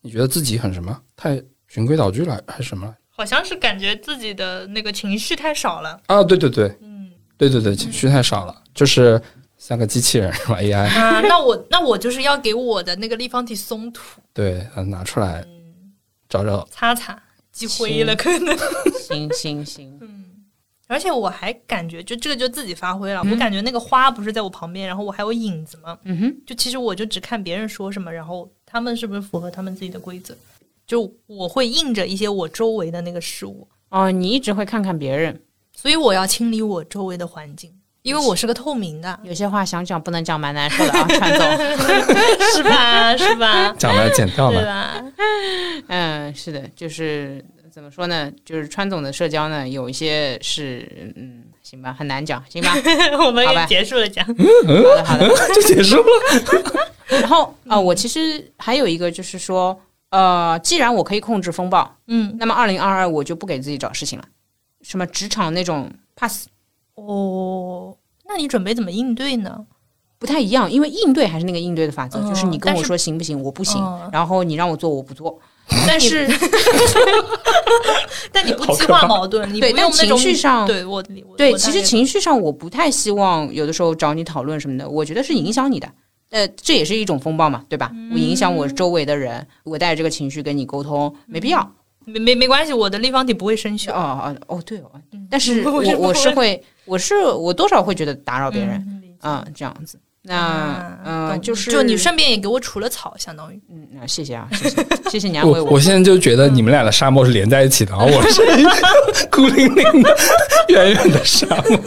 Speaker 2: 你觉得自己很什么？太循规蹈矩了还是什么来着？
Speaker 1: 好像是感觉自己的那个情绪太少了，
Speaker 2: 啊，对对对
Speaker 1: 嗯
Speaker 2: 对对对，情绪太少了，就是像个机器人是吧？AI
Speaker 1: 啊，那我那我就是要给我的那个立方体松土，
Speaker 2: 对，呃拿出来
Speaker 3: 嗯
Speaker 2: 找找。
Speaker 1: 擦擦，积灰了可能。
Speaker 3: 行行行，
Speaker 1: 嗯，而且我还感觉，就这个就自己发挥了。我感觉那个花不是在我旁边，然后我还有影子嘛。
Speaker 3: 嗯哼，
Speaker 1: 就其实我就只看别人说什么，然后他们是不是符合他们自己的规则。就我会应着一些我周围的那个事物，
Speaker 3: 哦，你一直会看看别人，，
Speaker 1: 所以我要清理我周围的环境，因为我是个透明的 *laughs*
Speaker 3: 有些话想讲不能讲，蛮难受的啊，川总。
Speaker 1: 是吧？是吧？
Speaker 2: 讲了剪掉
Speaker 1: 对
Speaker 3: *laughs*
Speaker 2: 了，
Speaker 1: 吧？
Speaker 3: 嗯，是的，就是怎么说呢？就是川总的社交呢，有一些是嗯，行吧，很难讲，
Speaker 1: *laughs*
Speaker 3: 行吧。
Speaker 1: 我们
Speaker 3: 好吧
Speaker 1: 也结束了讲，
Speaker 3: 好的好的。
Speaker 2: 嗯 *laughs* 就结束
Speaker 3: *laughs*
Speaker 2: 了。
Speaker 3: 然后啊、呃我其实还有一个就是说，呃，既然我可以控制风暴，
Speaker 1: 嗯，
Speaker 3: 那么二零二二我就不给自己找事情了，什么职场那种 pass
Speaker 1: 哦，那你准备怎么应对
Speaker 3: *laughs*
Speaker 1: 呢？
Speaker 3: 不太一样，因为应对还是那个应对的法则，
Speaker 1: 嗯
Speaker 3: 就是你跟
Speaker 1: 但
Speaker 3: 我
Speaker 1: 是
Speaker 3: 说行不行，我不行，
Speaker 1: 嗯
Speaker 3: 然后你让我做我不做，但是
Speaker 1: 但你不
Speaker 2: 好
Speaker 1: 激
Speaker 2: 可
Speaker 1: 化
Speaker 2: 怕
Speaker 1: 矛盾，你不
Speaker 3: 对，但
Speaker 1: 用那
Speaker 3: 情
Speaker 1: 种
Speaker 3: 绪上。
Speaker 1: 对我理我
Speaker 3: 对，
Speaker 1: 我
Speaker 3: 其
Speaker 1: 大
Speaker 3: 实
Speaker 1: 概
Speaker 3: 情绪上我不太希望有的时候找你讨论什么的，我觉得是影响你的。呃，这也是一种风暴嘛，对吧？我影响
Speaker 1: 嗯
Speaker 3: 我周围的人，我带着这个情绪跟你沟通，没必要。
Speaker 1: 没没没关系，我的立方体不会生锈。
Speaker 3: 就哦哦哦，对哦，但是
Speaker 1: 嗯 *laughs* 我
Speaker 3: 我
Speaker 1: 是
Speaker 3: 我
Speaker 1: 不
Speaker 3: 是
Speaker 1: 会
Speaker 3: 会，我是我多少会觉得打扰别人，
Speaker 1: 嗯啊
Speaker 3: 啊，这样子。那嗯、呃
Speaker 1: 懂
Speaker 3: 就是
Speaker 1: 就你顺便也给我除了草，相当于
Speaker 3: 嗯，啊谢谢啊，谢谢，谢谢你安慰
Speaker 2: 我
Speaker 3: 我。
Speaker 2: 我现在就觉得你们俩的沙漠是连在一起的，而我是一
Speaker 3: *laughs*
Speaker 2: 个孤零零的、远远的沙漠，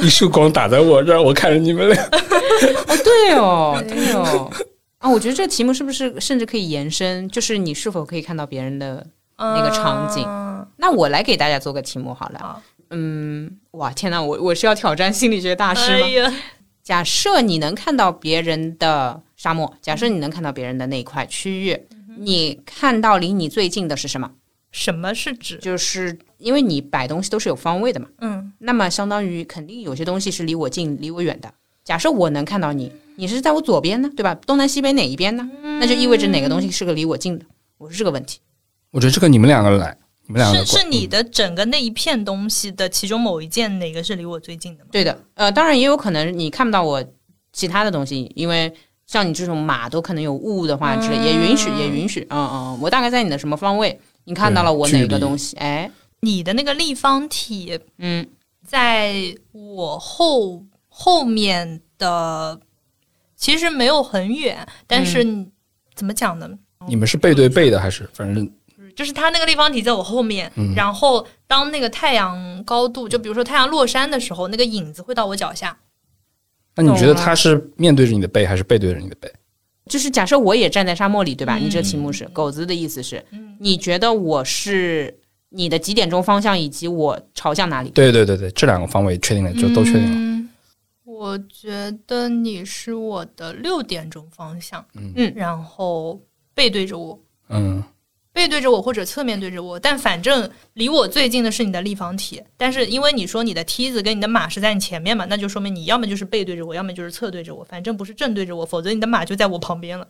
Speaker 2: 一束光打在我这儿，我看着你们俩。
Speaker 3: 哦，对
Speaker 1: *laughs*
Speaker 3: 哦，对哦。啊，我觉得这个题目是不是甚至可以延伸，就是你是否可以看到别人的？
Speaker 1: 嗯
Speaker 3: 那个场景
Speaker 1: 啊
Speaker 3: 那我来给大家做个题目好了。
Speaker 1: 好
Speaker 3: 嗯，哇，天哪，我我是要挑战心理学大师
Speaker 1: 哎
Speaker 3: 吗？
Speaker 1: 呀，
Speaker 3: 假设你能看到别人的沙漠，假设你能看到别人的那一块区域，
Speaker 1: 嗯
Speaker 3: 你看到离你最近的是什么？
Speaker 1: 什么是指？
Speaker 3: 就是因为你摆东西都是有方位的嘛，
Speaker 1: 嗯，
Speaker 3: 那么相当于肯定有些东西是离我近、离我远的。假设我能看到你，你是在我左边呢，对吧？东南西北哪一边呢？那就意味着哪个东西是个离我近的。我是这个问题，
Speaker 2: 我觉得这个你们两个来，你们两个嗯
Speaker 1: 是是你的整个那一片东西的其中某一件，哪个是离我最近的吗？
Speaker 3: 对的。呃，当然也有可能你看不到我其他的东西，因为像你这种马都可能有雾的
Speaker 1: 嗯
Speaker 3: 话之类，也允许，也允许。嗯嗯，我大概在你的什么方位，你看到了我
Speaker 2: 对
Speaker 3: 哪个
Speaker 2: 距离
Speaker 3: 东西？哎，
Speaker 1: 你的那个立方体
Speaker 3: 嗯，
Speaker 1: 在我后后面的，其实没有很远，但是你、怎么讲呢？
Speaker 2: 你们是背对背的还是？反正
Speaker 1: 就是它那个立方体在我后面，
Speaker 2: 嗯
Speaker 1: 然后当那个太阳高度，就比如说太阳落山的时候，那个影子会到我脚下。
Speaker 2: 那你觉得
Speaker 3: 懂了
Speaker 2: 他是面对着你的背还是背对着你的背？
Speaker 3: 就是假设我也站在沙漠里，对吧？
Speaker 1: 嗯
Speaker 3: 你这个题目是狗子的意思是
Speaker 1: 嗯，
Speaker 3: 你觉得我是你的几点钟方向以及我朝向哪里？
Speaker 2: 对对对对，这两个方位确定了，就都确定了。
Speaker 1: 嗯，我觉得你是我的六点钟方向，
Speaker 3: 嗯
Speaker 1: 然后背对着我，
Speaker 2: 嗯，
Speaker 1: 背对着我或者侧面对着我，但反正离我最近的是你的立方体。但是因为你说你的梯子跟你的马是在你前面嘛，那就说明你要么就是背对着我，要么就是侧对着我，反正不是正对着我，否则你的马就在我旁边了。
Speaker 3: 嗯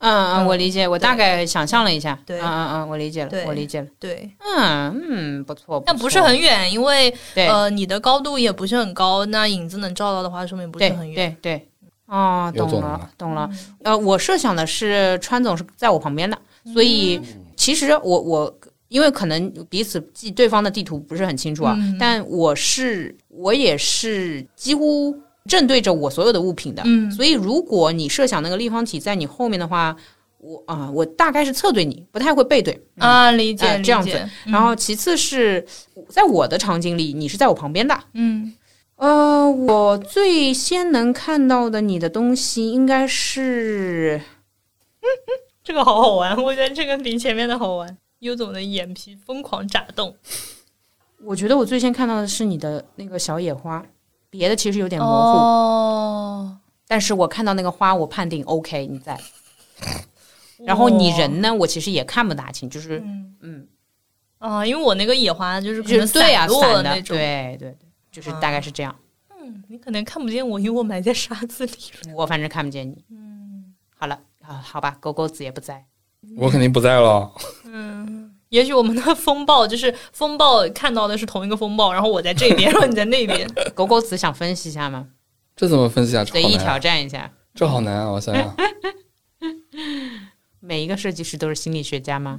Speaker 3: 嗯，
Speaker 1: 嗯
Speaker 3: 我理解，我大概想象了一下。
Speaker 1: 对
Speaker 3: 嗯嗯嗯，我理解了，
Speaker 1: 对
Speaker 3: 我理解了。
Speaker 1: 对，
Speaker 3: 嗯嗯，不错，
Speaker 1: 但不是很远，因为
Speaker 3: 对
Speaker 1: 呃，你的高度也不是很高，那影子能照到的话，说明不是
Speaker 3: 对
Speaker 1: 很远。
Speaker 3: 对对。哦，
Speaker 2: 有
Speaker 3: 懂
Speaker 2: 懂
Speaker 3: 了
Speaker 2: 了，
Speaker 3: 懂了。呃，我设想的是川总是在我旁边的，所以
Speaker 1: 嗯
Speaker 3: 其实我我因为可能彼此记对方的地图不是很清楚啊，
Speaker 1: 嗯
Speaker 3: 但我是我也是几乎正对着我所有的物品的，
Speaker 1: 嗯
Speaker 3: 所以如果你设想那个立方体在你后面的话，我啊，我大概是侧对你，不太会背对。
Speaker 1: 啊，理解、嗯
Speaker 3: 呃
Speaker 1: 理
Speaker 3: 这样
Speaker 1: 解
Speaker 3: 子，然后其次是在我的场景里，你是在我旁边的。
Speaker 1: 嗯
Speaker 3: 呃，我最先能看到的你的东西应该是
Speaker 1: 这个好好玩，我觉得这个比前面的好玩。优总的眼皮疯狂眨动，
Speaker 3: 我觉得我最先看到的是你的那个小野花，别的其实有点模糊，
Speaker 1: 哦，
Speaker 3: 但是我看到那个花，我判定 OK 你在。然后你人呢，我其实也看不大清，就是
Speaker 1: 嗯
Speaker 3: 嗯，
Speaker 1: 啊，因为我那个野花就是可
Speaker 3: 就
Speaker 1: 能
Speaker 3: 是对啊，
Speaker 1: 散落
Speaker 3: 散的，
Speaker 1: 那种，
Speaker 3: 对对对，就是大概是这样。
Speaker 1: 嗯你可能看不见我，因为我埋在沙子里了。 *laughs*
Speaker 3: 我反正看不见你。
Speaker 1: 嗯
Speaker 3: 好了啊，好吧，狗狗子也不在。
Speaker 2: 我肯定不在了。
Speaker 1: 嗯，也许我们的风暴就是风暴看到的是同一个风暴，然后我在这边，然后你在那边。
Speaker 3: 狗狗子想分析一下吗？
Speaker 2: 这怎么分析啊？这
Speaker 3: 随
Speaker 2: 好
Speaker 3: 意
Speaker 2: 难
Speaker 3: 挑
Speaker 2: 啊，
Speaker 3: 战一下。
Speaker 2: 这好难啊！我想想，
Speaker 3: 每一个设计师都是心理学家吗？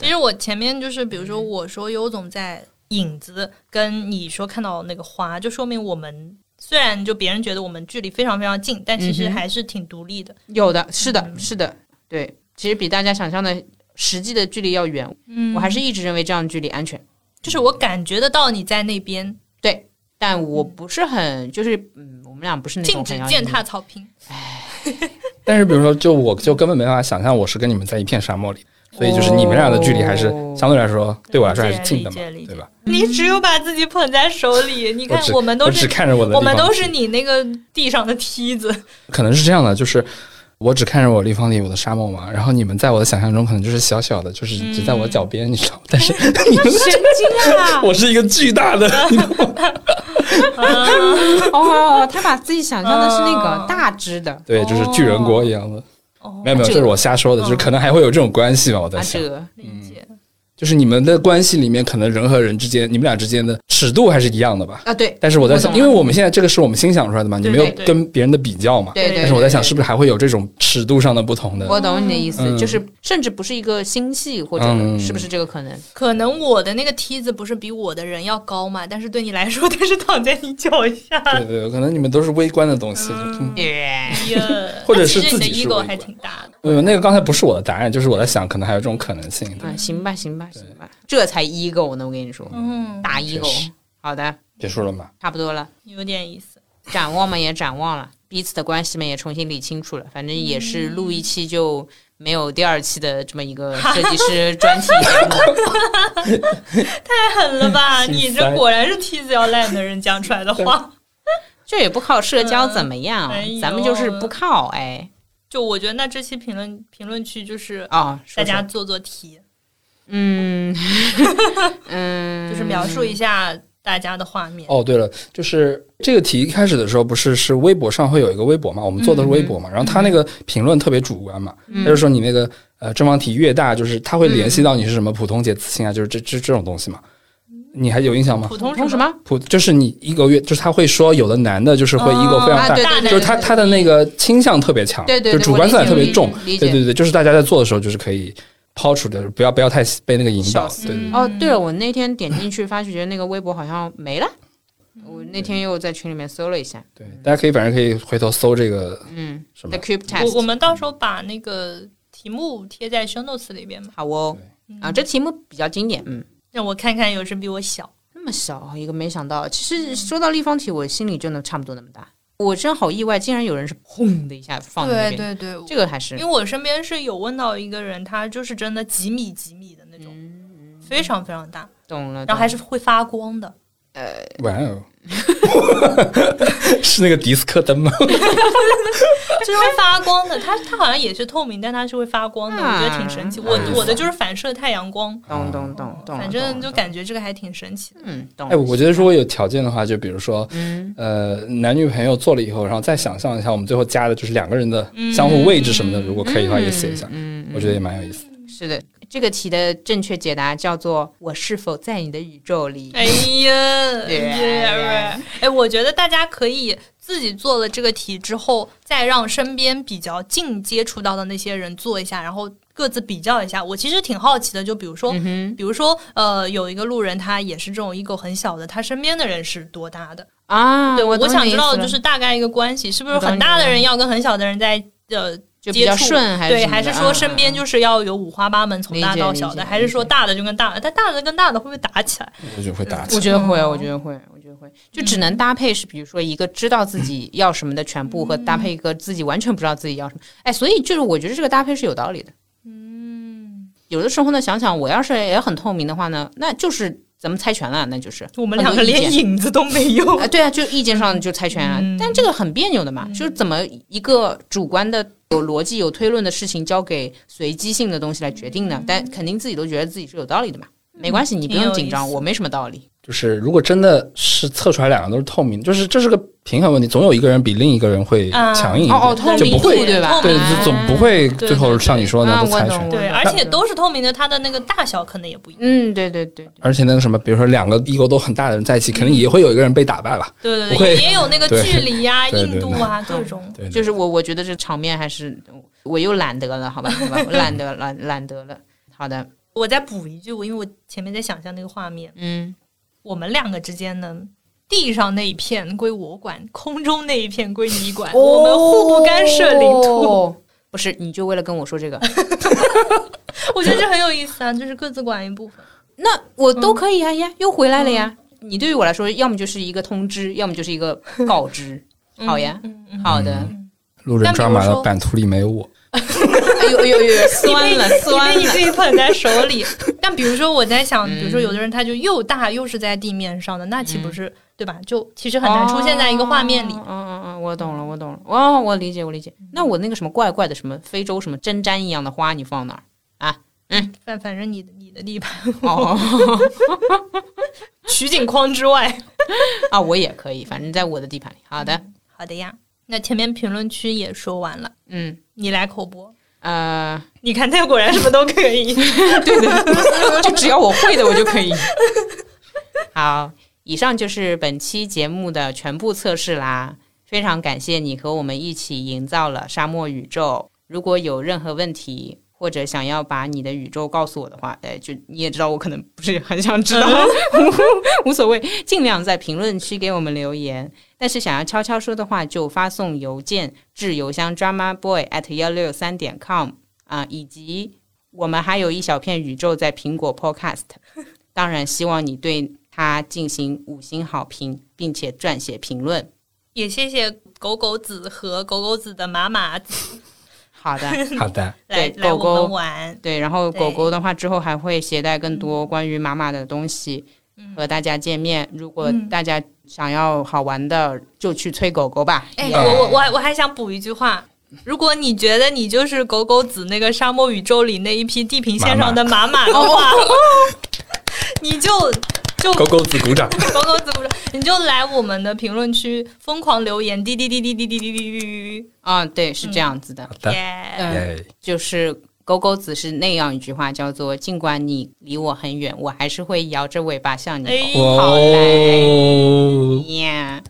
Speaker 1: 其实我前面就是，比如说我说优总在影子，跟你说看到那个花，就说明我们虽然就别人觉得我们距离非常非常近，但其实
Speaker 3: 嗯哼
Speaker 1: 还是挺独立的。
Speaker 3: 有的，是的，是的，对，其实比大家想象的实际的距离要远。
Speaker 1: 嗯
Speaker 3: 我还是一直认为这样的距离安全，
Speaker 1: 就是我感觉得到你在那边，
Speaker 3: 但我不是很就是嗯，我们俩不是
Speaker 1: 嗯
Speaker 3: 那
Speaker 1: 禁
Speaker 3: 种
Speaker 1: 止
Speaker 3: 很要
Speaker 1: 践踏草坪。
Speaker 2: 但是比如说，就我就根本没办法想象我是跟你们在一片沙漠里，所以就是你们俩的距离还是
Speaker 3: 哦
Speaker 2: 相对来说对我来说还是近的嘛，
Speaker 1: 理解理解
Speaker 2: 对吧？
Speaker 1: *laughs* 你只有把自己捧在手里，你看
Speaker 2: 我只
Speaker 1: 我们都
Speaker 2: 只
Speaker 1: 是。
Speaker 2: 看着我的地
Speaker 1: 我
Speaker 2: 方，
Speaker 1: 们都是你那个地上的梯子，
Speaker 2: 可能是这样的，就是我只看着我立方体，我的沙漠嘛，然后你们在我的想象中可能就是小小的，就是
Speaker 1: 嗯
Speaker 2: 只在我脚边，你知道吗？
Speaker 1: *laughs*
Speaker 2: 但是你们
Speaker 3: 神经啊！
Speaker 2: *laughs* 我是一个巨大的，
Speaker 3: 哦， *laughs* 他把自己想象的是那个
Speaker 1: 嗯
Speaker 3: 大只的
Speaker 2: 对，就是巨人国一样的。
Speaker 1: 哦啊
Speaker 2: 没有没有，这
Speaker 3: 这个
Speaker 2: 是我瞎说的，就是可能还会有这种关系吧。我在
Speaker 3: 阿
Speaker 2: 想，
Speaker 3: 哲，
Speaker 1: 理解。
Speaker 2: 就是你们的关系里面，可能人和人之间，你们俩之间的尺度还是一样的吧。
Speaker 3: 啊，对
Speaker 2: 但是我在想，
Speaker 3: 我懂
Speaker 2: 因为我们现在这个是我们新想出来的嘛，你没有
Speaker 1: 对对
Speaker 2: 跟别人的比较嘛。
Speaker 3: 对对，
Speaker 2: 但是我在想，
Speaker 3: 对
Speaker 2: 是不是还会有这种尺度上的不同的？
Speaker 3: 我懂你的意思，
Speaker 2: 嗯
Speaker 3: 就是甚至不是一个星系，或者
Speaker 2: 嗯
Speaker 3: 是不是这个可能？
Speaker 1: 可能我的那个梯子不是比我的人要高嘛，但是对你来说，它是躺在你脚下。
Speaker 2: 对对对，可能你们都是微观的东西。就
Speaker 1: 嗯
Speaker 3: 耶 *laughs*
Speaker 1: 呀
Speaker 2: *laughs* 或者是
Speaker 1: 其实你的
Speaker 2: 自己是
Speaker 1: ego
Speaker 2: 围
Speaker 1: 还
Speaker 2: 观
Speaker 1: 挺大的。
Speaker 2: 没嗯有，那个刚才不是我的答案，就是我在想，可能还有这种可能性。
Speaker 3: 啊，行吧，行吧，行吧，这才 ego 呢，我跟你说，
Speaker 1: 嗯，
Speaker 3: 大
Speaker 2: 确
Speaker 3: ego
Speaker 2: 实。
Speaker 3: 好的，
Speaker 2: 结束了嘛？
Speaker 3: 差不多了，
Speaker 1: 有点意思。 *laughs*
Speaker 3: 展望嘛也展望了，彼此的关系嘛也重新理清楚了，反正也是录一期就没有第二期的这么一个设计师专题节目。
Speaker 1: 嗯 *laughs* 太狠了吧！
Speaker 2: *laughs* 心
Speaker 1: 你这
Speaker 2: 塞
Speaker 1: 果然是梯子要烂的人讲出来的话。
Speaker 3: 这也不靠社交怎么样？啊
Speaker 1: 哎呦
Speaker 3: 咱们就是不靠哎
Speaker 1: 就我觉得，那这期评论评论区就是
Speaker 3: 哦，
Speaker 1: 大
Speaker 3: 说
Speaker 1: 家
Speaker 3: 说
Speaker 1: 做做题，
Speaker 3: 嗯
Speaker 1: *laughs*
Speaker 3: 嗯，
Speaker 1: 就是描述一下大家的画面。
Speaker 2: 哦，对了，就是这个题一开始的时候，不是是微博上会有一个微博嘛？我们做
Speaker 3: 嗯
Speaker 2: 的是微博嘛，然后他那个评论特别主观嘛，他就说你那个呃正方体越大，就是他会
Speaker 3: 嗯
Speaker 2: 联系到你是什么普通节词性啊，就是这这这种东西嘛。你还有印象吗？
Speaker 1: 嗯普
Speaker 3: 普
Speaker 1: 通
Speaker 3: 通什
Speaker 1: 么？
Speaker 3: 么？
Speaker 2: 普就是你一个月，就是他会说有的男的就是会一个非常
Speaker 3: 啊
Speaker 2: 大，
Speaker 3: 对对对
Speaker 2: 就是他他的那个倾向特别强，
Speaker 3: 对对对
Speaker 2: 就主观色彩特别重
Speaker 3: 我，理解理解
Speaker 2: 对对对，就是大家在做的时候就是可以抛出的，不要不要太被那个引
Speaker 3: 笑
Speaker 2: 导，
Speaker 3: 死
Speaker 2: 对对对。
Speaker 3: 哦，对了，我那天点进去发觉那个微博好像没了，
Speaker 2: 嗯
Speaker 3: 我那天又在群里面搜了一下，
Speaker 2: 对，大家可以反正可以回头搜这个
Speaker 3: 嗯
Speaker 2: 什么
Speaker 3: ，The Cube
Speaker 1: 我我
Speaker 3: Test，
Speaker 1: 们到时候把那个题目贴在 show notes 里边嘛，嗯
Speaker 3: 好哦，啊，这题目比较经典，嗯。
Speaker 1: 让我看看有谁比我小。
Speaker 3: 那么小一个，没想到。其实说到立方体，我心里就能差不多那么大。我真好意外，竟然有人是砰的一下放在那边，
Speaker 1: 对对，
Speaker 3: 这个还是
Speaker 1: 因为我身边是有问到一个人，他就是真的几米几米的那种，
Speaker 3: 嗯
Speaker 1: 非常非常大，
Speaker 3: 懂了。
Speaker 1: 然后还
Speaker 3: 是
Speaker 1: 是会发光
Speaker 3: *laughs*
Speaker 1: 的。
Speaker 2: 哇哦， *laughs* 是那个迪斯科灯
Speaker 3: 哦
Speaker 2: 吗？
Speaker 1: 就是会发光的，它它好像也是透明，但它是会发光的，
Speaker 3: 啊
Speaker 1: 我觉得挺神奇。我
Speaker 2: 哎
Speaker 1: 我的就是反射太阳光，
Speaker 3: 懂懂懂懂
Speaker 1: 嗯
Speaker 3: 了，
Speaker 1: 反正就
Speaker 3: 懂了
Speaker 1: 感觉这个还挺神奇的。
Speaker 3: 嗯懂了。
Speaker 2: 哎，我觉得如果有条件的话，就比如说，
Speaker 3: 嗯
Speaker 2: 呃，男女朋友做了以后，然后再想象一下，我们最后加的就是两个人的相互位置什么的，如果可以的话，也写一下，
Speaker 3: 嗯嗯，嗯
Speaker 2: 我觉得也蛮有意思。
Speaker 3: 是的。这个题的正确解答叫做“我是否在你的宇宙里”。
Speaker 1: 哎呀，
Speaker 3: 对
Speaker 1: 耶哎，我觉得大家可以自己做了这个题之后，再让身边比较近接触到的那些人做一下，然后各自比较一下。我其实挺好奇的，就比如说，
Speaker 3: 嗯
Speaker 1: 比如说，呃，有一个路人，他也是这种 ego 很小的，他身边的人是多大的？
Speaker 3: 啊，
Speaker 1: 对，
Speaker 3: 我
Speaker 1: 我
Speaker 3: 懂
Speaker 1: 想
Speaker 3: 你
Speaker 1: 知
Speaker 3: 意
Speaker 1: 道
Speaker 3: 思
Speaker 1: 就
Speaker 3: 了
Speaker 1: 是大概一个关系，是不是
Speaker 3: 我懂
Speaker 1: 很
Speaker 3: 你
Speaker 1: 大
Speaker 3: 意
Speaker 1: 的
Speaker 3: 思
Speaker 1: 人要跟很小的人在呃
Speaker 3: 就比较顺还是
Speaker 1: 对，
Speaker 3: 什么
Speaker 1: 还
Speaker 3: 的
Speaker 1: 是说
Speaker 3: 啊
Speaker 1: 身边就是要有五花八门，从大到小
Speaker 3: 理解
Speaker 1: 的，
Speaker 3: 理解
Speaker 1: 还是说大的就跟大的，但大的跟大的会不会打起来？
Speaker 2: 我就会打起
Speaker 3: *laughs* 我
Speaker 2: 来。
Speaker 3: 觉得会，啊我觉得
Speaker 1: 哦
Speaker 3: 会，我觉得会，就只
Speaker 1: 嗯
Speaker 3: 能搭配是，比如说一个知道自己要什么的全部，和搭配一个自己完全不知道自己要什么。哎，所以就是我觉得这个搭配是有道理的。嗯，有的时候呢，想想我要是也很透明的话呢，那就是咱们猜拳了，那就是
Speaker 1: 我们
Speaker 3: 很
Speaker 1: 两
Speaker 3: 多
Speaker 1: 个
Speaker 3: 意见
Speaker 1: 连影子都没
Speaker 3: *laughs*
Speaker 1: 有。
Speaker 3: 啊，对啊，就意见上就猜拳啊，
Speaker 1: 嗯
Speaker 3: 但这个很别扭的嘛，就是怎么一个主观的、有逻辑、有推论的事情交给随机性的东西来决定呢？但肯定自己都觉得自己是有道理的嘛，没关系，你
Speaker 1: 嗯
Speaker 3: 不
Speaker 1: 挺
Speaker 3: 用
Speaker 1: 有
Speaker 3: 紧
Speaker 1: 意
Speaker 3: 张，
Speaker 1: 思
Speaker 3: 我没什么道理。
Speaker 2: 就是如果真的是测出来两个都是透明，就是这是个平衡问题，总有一个人比另一个人会
Speaker 1: 啊
Speaker 2: 强硬一点，
Speaker 3: 哦哦，透
Speaker 2: 就
Speaker 3: 明
Speaker 2: 不
Speaker 3: 度
Speaker 2: 会
Speaker 3: 对吧？嗯
Speaker 2: 对，
Speaker 1: 啊
Speaker 2: 就总不会最后像你说的
Speaker 3: 啊
Speaker 2: 不猜
Speaker 3: 我懂
Speaker 2: 拳。
Speaker 3: 我
Speaker 1: 对，
Speaker 3: 懂
Speaker 1: 而且都是透明的，它的那个大小可能也不一样。
Speaker 3: 嗯，对对对，
Speaker 2: 而且那个什么，比如说两个 ego 都很大的人在一起，肯定也会有一个人被打败吧？
Speaker 1: 对对
Speaker 2: 不会
Speaker 1: 对，也有那个
Speaker 2: 对
Speaker 1: 距离呀、
Speaker 2: 对对
Speaker 1: 硬度啊各种。
Speaker 2: 对，
Speaker 3: 就是我我觉得这场面还是我又懒得了，好吧，好吧，我懒得懒懒得了。好的，
Speaker 1: 我再补一句，我因为我前面在想象那个画面，
Speaker 3: 嗯，
Speaker 1: 我们两个之间呢，地上那一片归我管，空中那一片归你
Speaker 2: 嗯
Speaker 1: 管，我们互不干涉领土。 *laughs*
Speaker 3: 哦。不是，你就为了跟我说这个？
Speaker 1: 我觉得这很有意思啊，就是各自管一部分。
Speaker 3: *laughs* 那我
Speaker 2: 嗯
Speaker 3: 都可以啊呀，又回来了呀。你对于我来说，要么就是一个通知，要么就是一个告
Speaker 2: *laughs*
Speaker 3: 知。好呀，
Speaker 1: 嗯嗯，
Speaker 3: 好的，
Speaker 2: 路人抓马
Speaker 1: 但比如说
Speaker 2: 的版图里没有
Speaker 3: *laughs*
Speaker 2: 我，
Speaker 3: 哎呦哎呦哎呦， *laughs* 酸
Speaker 2: *laughs*
Speaker 3: 了酸嗯
Speaker 1: 你
Speaker 3: 了
Speaker 1: 可，以捧在手
Speaker 3: *laughs*
Speaker 1: 里。但比如说我在想，比如说有的人他就又大又是在地面上的，那岂不是对吧？就其实很难出现在一个画面里
Speaker 3: 嗯哦。嗯嗯嗯，我懂了，我懂了。哦，我理解，我理解。那我那个什么怪怪的什么非洲什么针毡一样的花，你放哪儿？
Speaker 1: 反反正你的你的地盘，
Speaker 3: 哦
Speaker 1: 取景框之外， *laughs*
Speaker 3: 啊，我也可以，反正在我的地盘里。好的，
Speaker 1: 好的呀，那前面评论区也说完了，
Speaker 3: 嗯
Speaker 1: 你来口播。
Speaker 3: 呃，
Speaker 1: 你看，他果然什么都可以。
Speaker 3: 对的，就只要我会的，我就可以。好，以上就是本期节目的全部测试啦。非常感谢你和我们一起营造了沙漠宇宙。如果有任何问题，或者想要把你的宇宙告诉我的话，哎，就你也知道我可能不是很想知道， *laughs* 无所谓，尽量在评论区给我们留言。但是想要悄悄说的话，就发送邮件至邮箱 drama boy at 幺六三点 com 啊、以及我们还有一小片宇宙在苹果 *laughs* Podcast，当然希望你对它进行五星好评，并且撰写评论。
Speaker 1: 也谢谢狗狗子和狗狗子的妈妈
Speaker 3: 好 *laughs* 的，
Speaker 2: 好的，
Speaker 1: 来
Speaker 3: 对
Speaker 1: 来
Speaker 3: 狗狗
Speaker 1: 我们玩。
Speaker 3: 对，然后
Speaker 1: 对
Speaker 3: 狗狗的话之后还会携带更多关于妈妈的东西和大家见面。如果大家想要好玩的，就去催狗狗吧。
Speaker 1: 哎，
Speaker 3: 也
Speaker 1: 我我我还我还想补一句话。如果你觉得你就是狗狗子那个沙漠宇宙里那一批地平线上的马马的话，
Speaker 3: 哦
Speaker 1: *laughs* 你就就
Speaker 2: 狗狗子鼓掌。
Speaker 1: 狗狗子不是，你就来我们的评论区疯狂留言，滴滴滴滴滴滴滴滴滴滴
Speaker 3: 啊、对，是这样子的。
Speaker 2: 好
Speaker 3: *laughs*
Speaker 1: 滴，
Speaker 2: 的，
Speaker 1: 耶！
Speaker 3: 嗯
Speaker 2: 耶，
Speaker 3: 就是狗狗子是那样一句话，叫做“尽管你离我很远，我还是会摇着尾巴向你
Speaker 1: 哎
Speaker 3: 吼
Speaker 1: 嗯
Speaker 3: 好
Speaker 2: 哦
Speaker 3: 呀。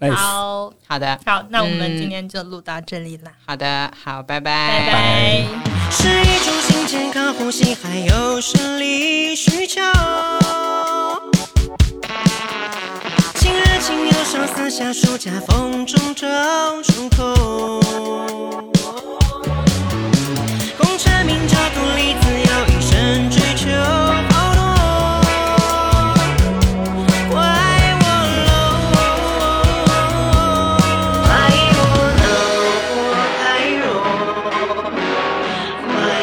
Speaker 3: 嗯
Speaker 2: ，nice，
Speaker 1: 好”
Speaker 3: 好的，
Speaker 1: 好，那我们
Speaker 3: 嗯
Speaker 1: 今天就录到这里啦，
Speaker 3: 好的，好，拜
Speaker 1: 拜
Speaker 3: 拜
Speaker 1: 拜。
Speaker 4: 是一种新健康呼吸，还有生理需求。亲热情友善，私下暑假风中找出口。功成名就，独立自由，一生追求好多。我爱我喽，爱我喽，爱我。快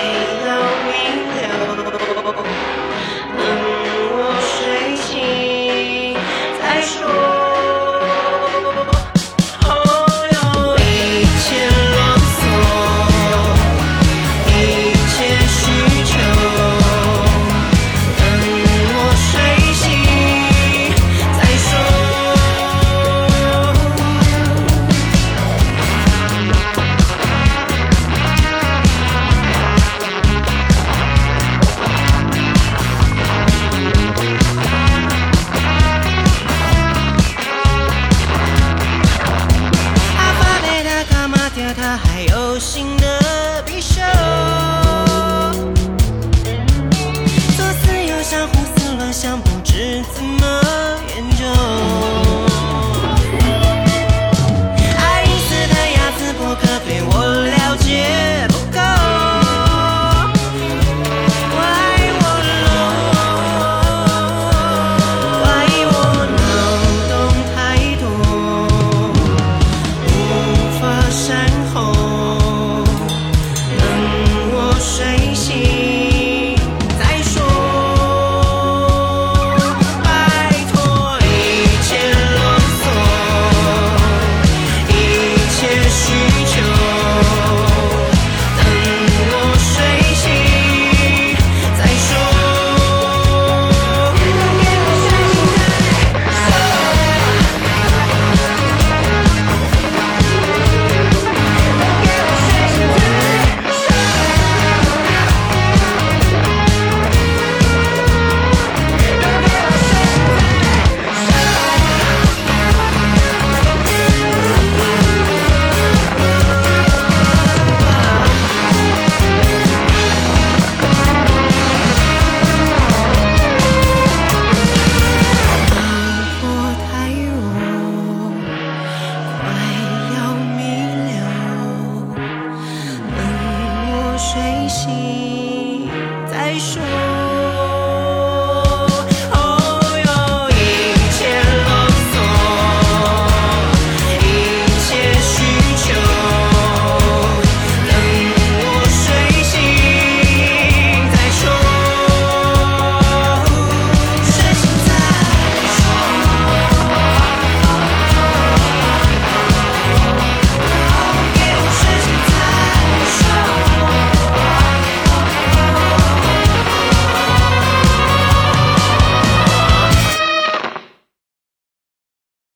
Speaker 4: 要明了，等我睡醒再说。哦哟，一切啰嗦，一切需求，等我睡醒再说。阿巴贝达伽马迪亚，它还有新的匕首。左思右想，胡思乱想，不知怎么研究。哦